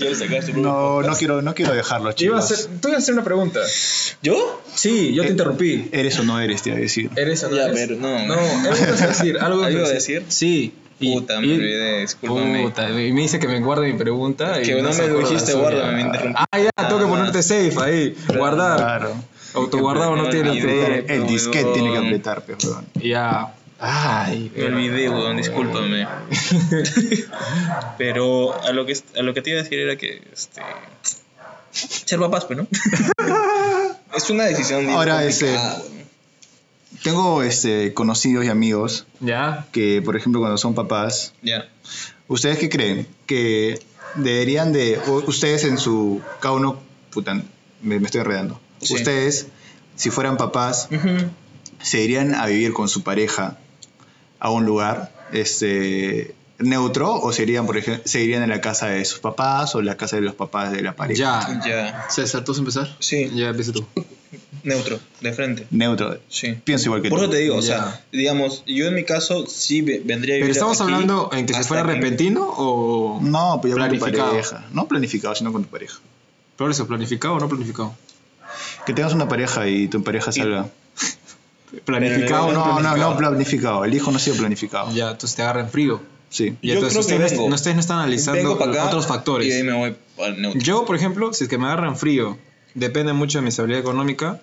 S1: Quiero sacar su
S3: No, no quiero, no quiero dejarlo, chicos.
S2: tú ibas a hacer una pregunta.
S1: ¿Yo?
S2: Sí, yo te interrumpí.
S3: Eres o no eres, te iba a decir.
S2: ¿Eres o no
S1: Ya,
S2: eres?
S1: pero no.
S2: No, algo ibas a decir. Algo ibas
S1: ¿Algo
S2: a
S1: a
S2: decir.
S1: decir?
S2: Sí. Y-
S1: Puta,
S2: y-
S1: me olvidé, discúlpame.
S2: Puta, y me dice que me guarde mi pregunta.
S1: eh. Es
S2: y
S1: que no
S2: se
S1: me lo
S2: acuerda
S1: dijiste,
S2: la suya.
S1: guárdame, me interrumpiste.
S2: Ah, ya, tengo que ponerte safe ahí. Guardar.
S3: Claro.
S2: Autoguardado no
S1: Me
S2: tiene
S1: olvidé.
S2: la
S1: Pero,
S3: El disquete
S1: huevón.
S3: tiene que apretar, pues, huevón.
S2: Ya. Ay,
S1: Me olvidé, weón, discúlpame. Pero a lo que a lo que te iba a decir era que este ser papás, pues, ¿no? es una decisión bien
S3: Ahora, ese-
S1: complicada, weón.
S3: Tengo este, conocidos y amigos
S2: Ya.
S3: que, por ejemplo, cuando son papás,
S1: Ya.
S3: ¿ustedes qué creen? Que deberían de, o ustedes en su, cada uno, puta, me, me estoy enredando.
S1: Sí.
S3: Ustedes, si fueran papás,
S1: Ujú.
S3: se irían a vivir con su pareja a un lugar este, neutro o se irían, por ejemplo, se irían a la casa de sus papás o la casa de los papás de la pareja.
S2: Ya.
S1: Ya.
S2: César, ¿tú vas a empezar?
S1: Sí. Eh,
S2: Ya empieza tú.
S1: Neutro, de frente.
S3: Neutro.
S1: Sí.
S3: Pienso igual que
S1: Por
S3: tú.
S1: eso te digo, o
S2: Ya.
S1: sea, digamos, yo en mi caso sí ve- vendría a vivir
S2: Pero estamos
S1: aquí
S2: hablando en que se
S1: hasta
S2: fuera
S1: que-
S2: repentino o.
S3: No, pero ya con tu
S2: Planificado.
S3: pareja. No planificado, sino con tu pareja.
S2: Pero eso, planificado o no planificado.
S3: Que tengas una pareja y tu pareja salga.
S2: Planificado o
S1: Pero
S2: no.
S3: No, no,
S2: planificado.
S3: no planificado. El hijo no ha sido planificado.
S2: Ya, entonces te agarran frío.
S3: Sí.
S2: Y
S1: Yo
S2: entonces
S1: creo que
S2: ustedes,
S1: vengo.
S2: no, ustedes no están analizando
S1: Vengo para acá
S2: otros factores.
S1: Y de ahí me voy al neutro.
S2: Yo, por ejemplo, si es que me agarran frío, depende mucho de mi estabilidad económica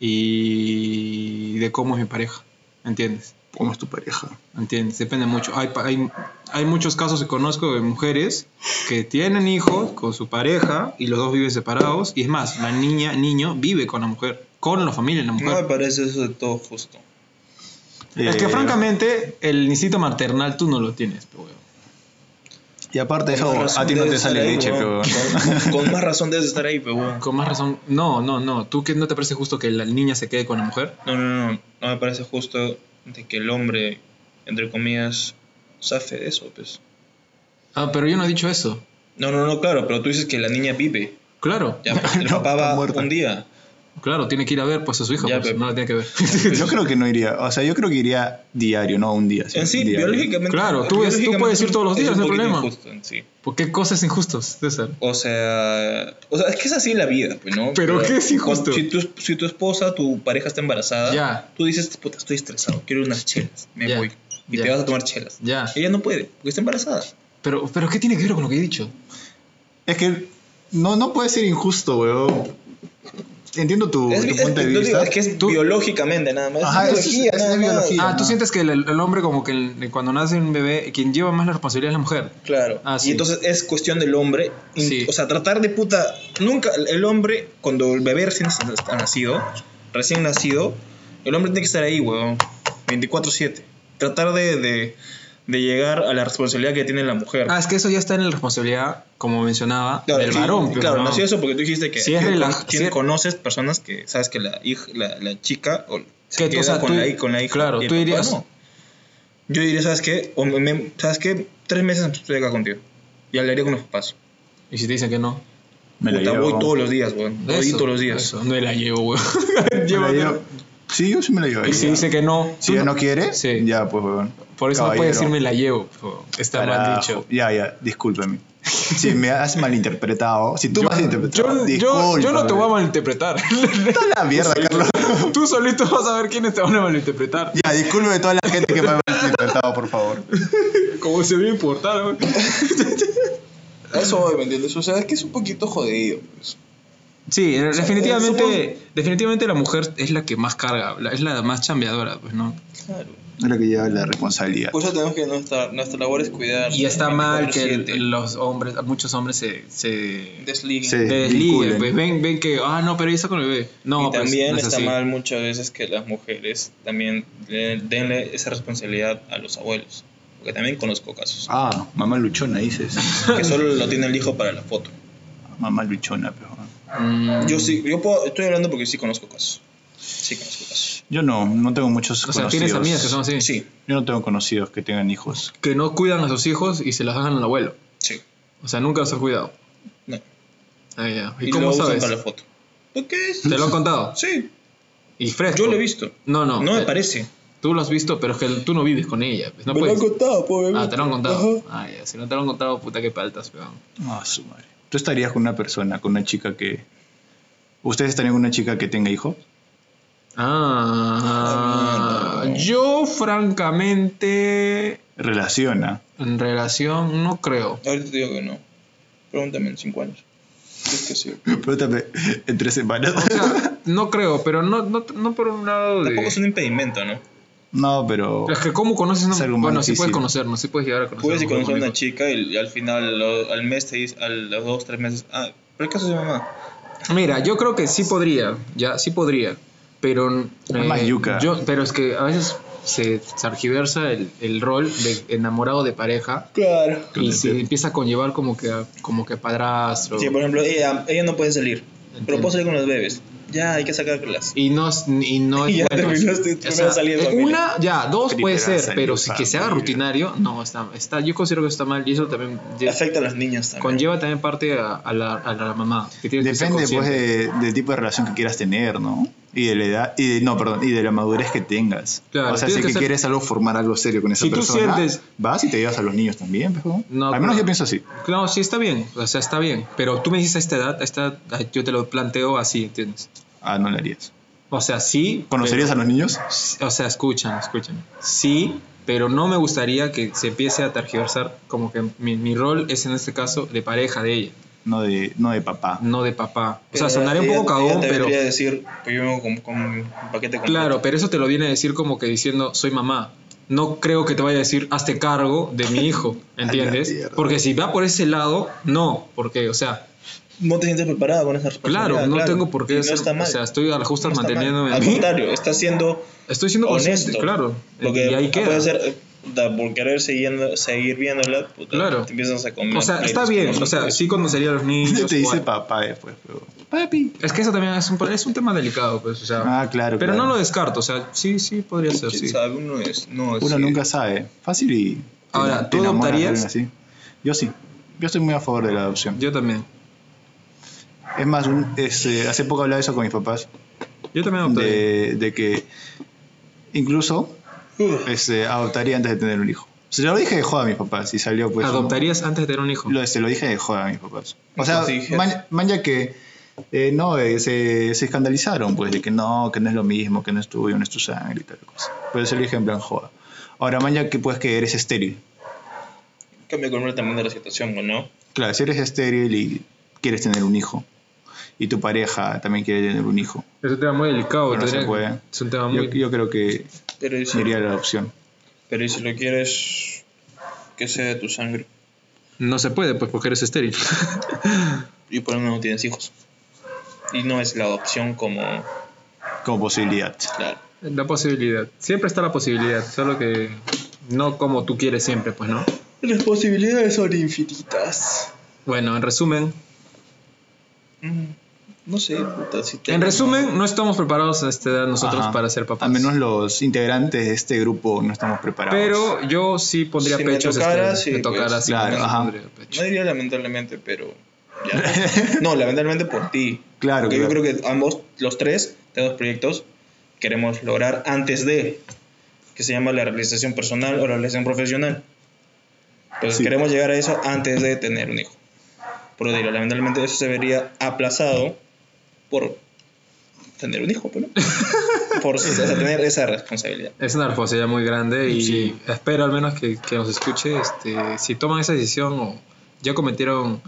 S2: y de cómo es mi pareja. ¿Entiendes?
S3: ¿Cómo es tu pareja?
S2: ¿Entiendes? Depende mucho. Hay, pa- hay, hay muchos casos que conozco de mujeres que tienen hijos con su pareja y los dos viven separados. Y es más, la niña, niño, vive con la mujer, con la familia de la
S1: No me
S2: mujer.
S1: parece eso de todo justo.
S2: es que
S3: Eh,
S2: francamente, el instinto maternal tú no lo tienes, pero weón.
S3: Y aparte,
S1: Con más
S3: eso,
S1: razón
S3: a ti no
S1: debes
S3: te
S1: estar
S3: sale
S1: ahí,
S3: leche, pero.
S1: huevón. Con- Con más razón debes estar ahí, pero bueno.
S2: Con más razón. No, no, no. ¿Tú qué no te parece justo que la niña se quede con la mujer?
S1: No, no, no. No me parece justo de que el hombre, entre comillas, safe de eso, pues.
S2: Ah, pero yo no he dicho eso.
S1: No, no, no, claro, pero tú dices que la niña vive.
S2: Claro,
S1: Ya, pues, el
S3: No,
S1: papá
S3: está
S1: va
S3: muerta.
S1: un día.
S2: claro, tiene que ir a ver pues a su hija,
S1: Ya,
S2: pues,
S1: pero-
S2: no la tiene que ver.
S3: Yo creo que no iría. O sea, yo creo que iría diario, no un día. sino
S1: En sí,
S3: diario.
S1: biológicamente.
S2: Claro, tú ves- tú
S1: biológicamente
S2: puedes ir todos los
S1: es un
S2: días, no hay
S1: poquito
S2: problema.
S1: injusto en sí.
S2: ¿Por qué cosas injustas, César?
S1: O sea, o sea, es que es así la vida, pues, ¿no?
S2: Pero, ¿qué es injusto?
S1: cuando- Si tu, si tu esposa, tu pareja está embarazada,
S2: Ya.
S1: tú dices, puta, estoy estresado, quiero unas chelas, me
S2: Ya,
S1: voy. Y
S2: ya.
S1: te vas a tomar chelas.
S2: Ya.
S1: Ella no puede, porque está embarazada.
S2: Pero, pero ¿qué tiene que ver con lo que he dicho?
S3: Es que no, no puede ser injusto, weón. Entiendo tu,
S1: es,
S3: tu
S1: bi- es-
S3: punto de
S1: yo digo,
S3: vista.
S1: es que es
S2: Tú-
S1: biológicamente nada más.
S3: Ajá,
S1: es
S3: es-
S1: biología,
S3: es de
S1: nada más.
S3: biología. Sí,
S2: ah, tú
S3: no.
S2: sientes que el, el hombre como que el- cuando nace un bebé, quien lleva más la responsabilidad es la mujer.
S1: Claro.
S2: Ah, sí.
S1: Y entonces es cuestión del hombre. in-
S2: Sí.
S1: O sea, tratar de puta. Nunca. El hombre, cuando el bebé recién s- está nacido, recién nacido, el hombre tiene que estar ahí, weón. 24-7. Tratar de, de, de llegar a la responsabilidad que tiene la mujer.
S2: Ah, es que eso ya está en la responsabilidad, como mencionaba,
S1: Claro,
S2: del
S1: sí,
S2: varón. pero
S1: Claro,
S2: no.
S1: nació eso porque tú dijiste que
S2: Si es
S1: que
S2: relaj-
S1: con- que
S2: si es-
S1: conoces personas que sabes que la, hija, la, la chica o se
S2: Que, o
S1: queda
S2: sea,
S1: con,
S2: tú-
S1: la, hi- con la hija.
S2: claro,
S1: y el
S2: tú
S1: papá
S2: dirías-
S1: no. Yo diría, ¿sabes qué? O me- me- ¿Sabes qué? Tres meses estoy acá contigo. Y hablaría con los papás.
S2: Y si te dicen que no.
S3: Me la
S1: Puta,
S3: llevo.
S1: voy todos los días, weón. Voy
S2: Eso,
S1: todos los días.
S2: eso, no la llevo, weón.
S3: Me la llevo. Sí, yo sí me la llevo.
S2: Y si dice que no.
S3: Si
S2: tú
S3: ella
S2: no-
S3: no quiere,
S2: Sí.
S3: ya, pues, weón.
S2: Por eso no puedes
S3: Caballero.
S2: decirme la llevo. po. Está mal
S3: Carajo.
S2: dicho.
S3: Ya, ya, discúlpeme. Si me has malinterpretado, si tú me has interpretado,
S2: Yo, yo, yo no te voy a malinterpretar.
S3: malinterpretar. la mierda, Carlos.
S2: Tú solito vas a ver quiénes te van a malinterpretar.
S3: Ya, discúlpeme toda la gente que me ha malinterpretado, por favor.
S2: Como se ve importar. güey.
S1: Eso ¿me entiendes? O sea, es que es un poquito jodido.
S2: Sí, definitivamente,
S1: somos-
S2: definitivamente la mujer es la que más carga, la- es la más chambeadora, pues, ¿no?
S1: Claro.
S3: Es lo que lleva la responsabilidad.
S1: Por eso Pues tenemos que nuestra, nuestra labor es cuidar.
S2: Y está mal que
S1: 24/7,
S2: los hombres, muchos hombres se, se
S1: desliguen.
S3: Sí.
S2: se desliguen,
S3: Vinculen.
S2: pues ven, ven que, ah, no, pero eso con el bebé. No,
S1: y
S2: pues,
S1: también
S2: no es
S1: está
S2: así.
S1: mal muchas veces que las mujeres también le- denle esa responsabilidad a los abuelos. Porque también conozco casos.
S3: Ah, mamá luchona, dices.
S1: Que solo lo tiene el hijo para la foto.
S3: Mamá luchona, pero.
S2: Mm,
S1: Yo sí, yo puedo, estoy hablando porque sí conozco casos. Sí conozco casos.
S3: Yo no, no tengo muchos
S2: o sea,
S3: conocidos.
S2: tienes amigas que son así,
S1: Sí,
S3: Yo no tengo conocidos que tengan hijos.
S2: que no cuidan a sus hijos y se las dejan al abuelo.
S1: sí.
S2: O sea, nunca los has cuidado.
S1: No.
S2: Ah, ya. ¿Y,
S1: Y
S2: cómo
S1: lo usan
S2: sabes?
S1: para la foto. ¿Por qué es?
S2: Te lo han contado.
S1: Sí,
S2: Y fresco.
S1: yo lo he visto.
S2: No, no.
S1: No, me
S2: eh,
S1: parece.
S2: Tú lo has visto, pero es que tú no vives con ella. pues, No
S1: me lo han
S2: puedes.
S1: contado, pobre.
S2: Ah, te lo han contado. Ah, ya. Si no te lo han contado, puta que paltas, peón.
S3: Ah, su madre. ¿Tú estarías con una persona, con una chica que. ¿Ustedes estarían con una chica que tenga hijos?
S2: Ah,
S1: Ah, mierda, no.
S2: yo francamente
S3: relaciona.
S2: En relación, no creo.
S1: Ahorita te digo que no. Pregúntame en 5 años. Es que sí.
S3: Pregúntame, en tres semanas.
S2: O sea, no creo, pero no, no, no por un lado de...
S1: Tampoco es un impedimento, ¿no?
S3: No, pero.
S2: Es que cómo conoces
S3: Es
S2: una...
S3: algo más
S2: Bueno, sí puedes
S3: difícil.
S2: conocernos, sí puedes llegar a conocer.
S1: Puedes ir
S2: mujer
S1: conocer a
S2: con
S1: una
S2: eso.
S1: chica y, y al final, lo- al mes, te dice, a los dos, tres meses, ah, ¿pero qué hace su mamá?
S2: Mira, yo creo que sí podría, ya, sí podría. Pero. eh,
S3: más yuca.
S2: yo- pero es que a veces se sargiversa el, el rol de enamorado de pareja
S1: Claro.
S2: y se empieza a conllevar como que, a- como que padrastro.
S1: Sí, por ejemplo, ella, ella no puede salir, pero
S2: Entiendo.
S1: puedo salir con los bebés. Ya, hay que sacarlas.
S2: Y no, es- y no es
S1: Y ya
S2: bueno.
S1: terminaste tu primera salida de
S2: eh,
S1: familia.
S2: una, ya, dos
S3: Primera
S2: puede ser,
S3: salida
S2: pero
S3: de
S2: si que sea
S3: familia.
S2: rutinario, no, está, está, yo considero que está mal y eso también
S1: Y
S2: lle-
S1: afecta a las niñas también.
S2: conlleva también parte a, a la, a la mamá. que tiene que ser
S3: Depende pues
S2: consciente.
S3: de- del tipo de relación que quieras tener, ¿no? Y de la edad, y de, no, perdón, y de la madurez que tengas.
S2: Claro,
S3: o sea,
S2: tiene
S3: si es
S2: que
S3: que
S2: ser-
S3: quieres algo formar algo serio con esa
S2: Si tú
S3: persona,
S2: sientes-
S3: vas y te llevas a los niños también, pero
S2: No,
S3: Al menos
S2: pero-
S3: yo pienso así.
S2: No, sí está bien, o sea, está bien, pero tú me dices a esta edad, a esta edad, yo te lo planteo así, ¿entiendes?
S3: Ah, no lo harías.
S2: O sea, sí.
S3: ¿Conocerías a los niños?
S2: pero- O sea, escuchan, escuchan. Sí, pero no me gustaría que se empiece a tergiversar como que mi, mi rol es en este caso de pareja de ella,
S3: No de, no de papá.
S2: no de papá. O sea,
S1: Ella-
S2: sonaría un
S1: Eh, ella-
S2: poco cagón,
S1: ella te
S2: pero...
S1: vendría a decir, pues yo vengo con, con un paquete completo.
S2: Claro, pero eso te lo viene a decir como que diciendo, soy mamá. No creo que te vaya a decir, hazte cargo de mi hijo,
S3: A
S2: ¿entiendes?
S3: la mierda.
S2: Porque si va por ese lado, no, porque, o sea,
S1: No te sientes preparada con esa responsabilidad.
S2: claro, no tengo por
S1: Y
S2: qué
S1: no
S2: hacer-
S1: está mal.
S2: o sea, estoy a la justa
S1: No está mal.
S2: manteniéndome a
S1: Al
S2: mí.
S1: contrario, está siendo
S2: Estoy siendo consciente,
S1: honesto.
S2: claro.
S1: Lo que
S2: y ahí queda.
S1: puede ser, eh, puta, por querer siguiendo, seguir viéndola, puta,
S2: Claro.
S1: te empiezas a comer.
S2: o sea, está
S1: playlists
S2: bien,
S1: con
S2: o sea,
S1: los-
S2: sí conocería a los niños.
S3: te dice
S2: o-
S3: papá después, pero. Papi.
S2: Es que eso también es un, es un tema delicado, pues, o sea.
S3: Ah, claro.
S2: pero
S3: claro.
S2: no lo descarto, o sea, sí, sí podría ser,
S1: Sí,
S2: sí.
S1: sabe, uno es, eh, no,
S3: Uno
S1: sí.
S3: nunca sabe. Fácil y. te-
S2: Ahora,
S3: te
S2: ¿tú
S3: enamoras de
S2: adoptarías?
S3: alguien así. Yo sí. Yo estoy muy a favor de la adopción.
S2: Yo también.
S3: Es más, un- este, hace poco hablaba eso con mis papás.
S2: Yo también adoptaría.
S3: de, de que incluso
S1: uh,
S3: este, adoptaría antes de tener un hijo. Se lo dije de joda a mis papás y salió pues...
S2: ¿Adoptarías antes de tener un hijo?
S3: Lo, se lo dije de joda a mis papás. O sea,
S1: Entonces dije-
S3: man, man ya que eh, no, eh, se, se escandalizaron pues de que no, que no es lo mismo, que no es tuyo, no es tu sangre y tal cosa. Pero se lo dije en plan joda. Ahora, man ya que pues que eres estéril.
S1: Cambia completamente la situación, ¿no?
S3: Claro, si eres estéril y quieres tener un hijo y tu pareja también quiere tener un hijo,
S2: Es un tema muy delicado.
S3: Pero no se
S2: tendría que-
S3: puede.
S2: Es un tema
S3: yo,
S2: muy...
S3: yo creo que
S1: Pero y si,
S3: sería la adopción.
S1: pero y si lo quieres, que sea de tu sangre.
S2: No se puede, pues, porque eres estéril.
S1: Y por lo menos no tienes hijos. Y no es la adopción como.
S3: Como posibilidad.
S1: Claro.
S2: la posibilidad. Siempre está la posibilidad, solo que no como tú quieres siempre, pues, ¿no?
S1: Las posibilidades son infinitas.
S2: Bueno, en resumen,
S1: Mm, No sé, puta, si te-
S2: en resumen, no estamos preparados a esta edad nosotros
S3: Ajá.
S2: para ser papás.
S3: Al menos los integrantes de este grupo no estamos preparados.
S2: Pero yo sí pondría
S1: Si me
S2: pechos
S1: tocara,
S2: este,
S1: sí,
S2: me tocara
S1: pues,
S2: sí,
S3: claro,
S2: también
S3: ajá.
S2: pondría pecho.
S1: No diría lamentablemente, pero. ya. no, lamentablemente por ti.
S3: Claro,
S1: Porque
S3: claro.
S1: yo creo que ambos, los tres, tenemos proyectos que queremos lograr antes de. Que se llama la realización personal o la realización profesional. Entonces
S3: Sí.
S1: queremos llegar a eso antes de tener un hijo. Por lo digo, lamentablemente eso se vería aplazado por tener un hijo, pero. por o sea, tener esa responsabilidad.
S2: Es una responsabilidad muy grande y
S3: Sí.
S2: espero al menos que, que nos escuche. Este, si toman esa decisión o ya cometieron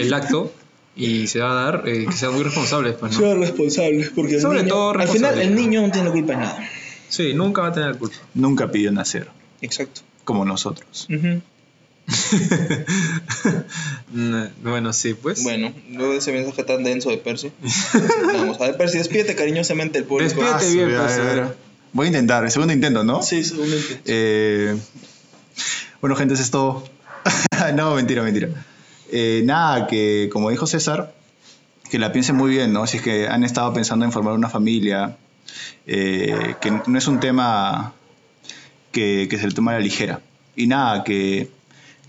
S2: el acto y se va a dar, eh, que sean muy responsables, pues, ¿no?
S1: responsable, porque
S2: el Sobre niño- todo al final, responsable. el
S1: niño no tiene la culpa de nada.
S2: Sí, nunca va a tener culpa.
S3: Nunca pidió nacer,
S1: Exacto.
S3: como nosotros.
S1: Ujú.
S2: Mm, Bueno, sí, pues.
S1: Bueno,
S3: eh,
S1: luego de ese mensaje tan denso de Percy. Vamos a ver, Percy, despídete cariñosamente del público. Ah,
S2: Despídete.
S3: Ah,
S2: bien,
S3: sí, a
S2: pues, a
S3: ver,
S2: ver.
S3: a ver. Voy a intentar, el segundo intento, ¿no?
S1: Sí, seguramente.
S3: Eh, bueno, gente, eso es todo. no, mentira, mentira. Eh, nada, que como dijo César, que la piensen muy bien, ¿no? Si es que han estado pensando en formar una familia, eh, que no es un tema que, que se le toma a la ligera. Y nada, que,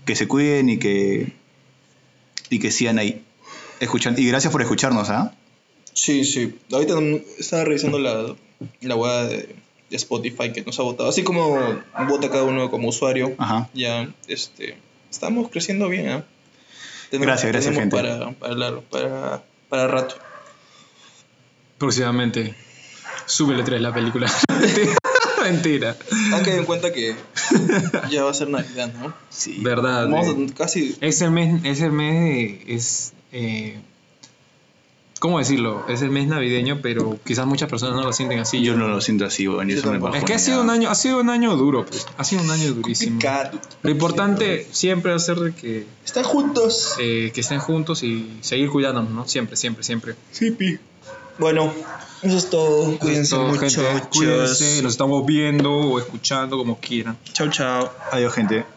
S3: que se cuiden y que, y que sigan ahí. Escuchan, y gracias por escucharnos, ¿ah?
S1: Sí, sí. Ahorita mm, estaba revisando la, la web de de Spotify que nos ha votado. Así como vota cada uno como usuario.
S3: Ajá.
S1: Ya, este. Estamos creciendo bien, ¿ah?
S3: Gracias, gracias,
S1: tenemos
S3: gente.
S1: Para, para, largo, para, para rato.
S2: Próximamente. Súbele 3 la película. Mentira.
S1: Han caído en cuenta que Ya va a ser Navidad, ¿no?
S3: Sí.
S2: ¿Verdad?
S1: Vamos
S2: eh?
S1: a tener casi.
S2: Ese mes, ese mes de- es. eh, ¿Cómo decirlo? Es el mes navideño, pero quizás muchas personas no lo sienten así.
S3: Yo no lo siento así, weón. y
S1: Yo
S3: eso me
S1: tampoco.
S2: es
S3: bajonea.
S2: que ha sido un año, ha sido un año duro, pues. Ha sido un año durísimo.
S1: Complicado.
S2: Lo importante siempre va a ser de que,
S1: Están juntos.
S2: eh, que estén juntos y seguir cuidándonos, ¿no? Siempre, siempre, siempre.
S1: Sí, pi. Bueno, eso es todo. Cuídense
S2: Esto,
S1: mucho.
S2: gente,
S1: muchachos.
S2: cuídense, nos estamos viendo o escuchando como quieran.
S1: Chau, chau.
S3: Adiós, gente.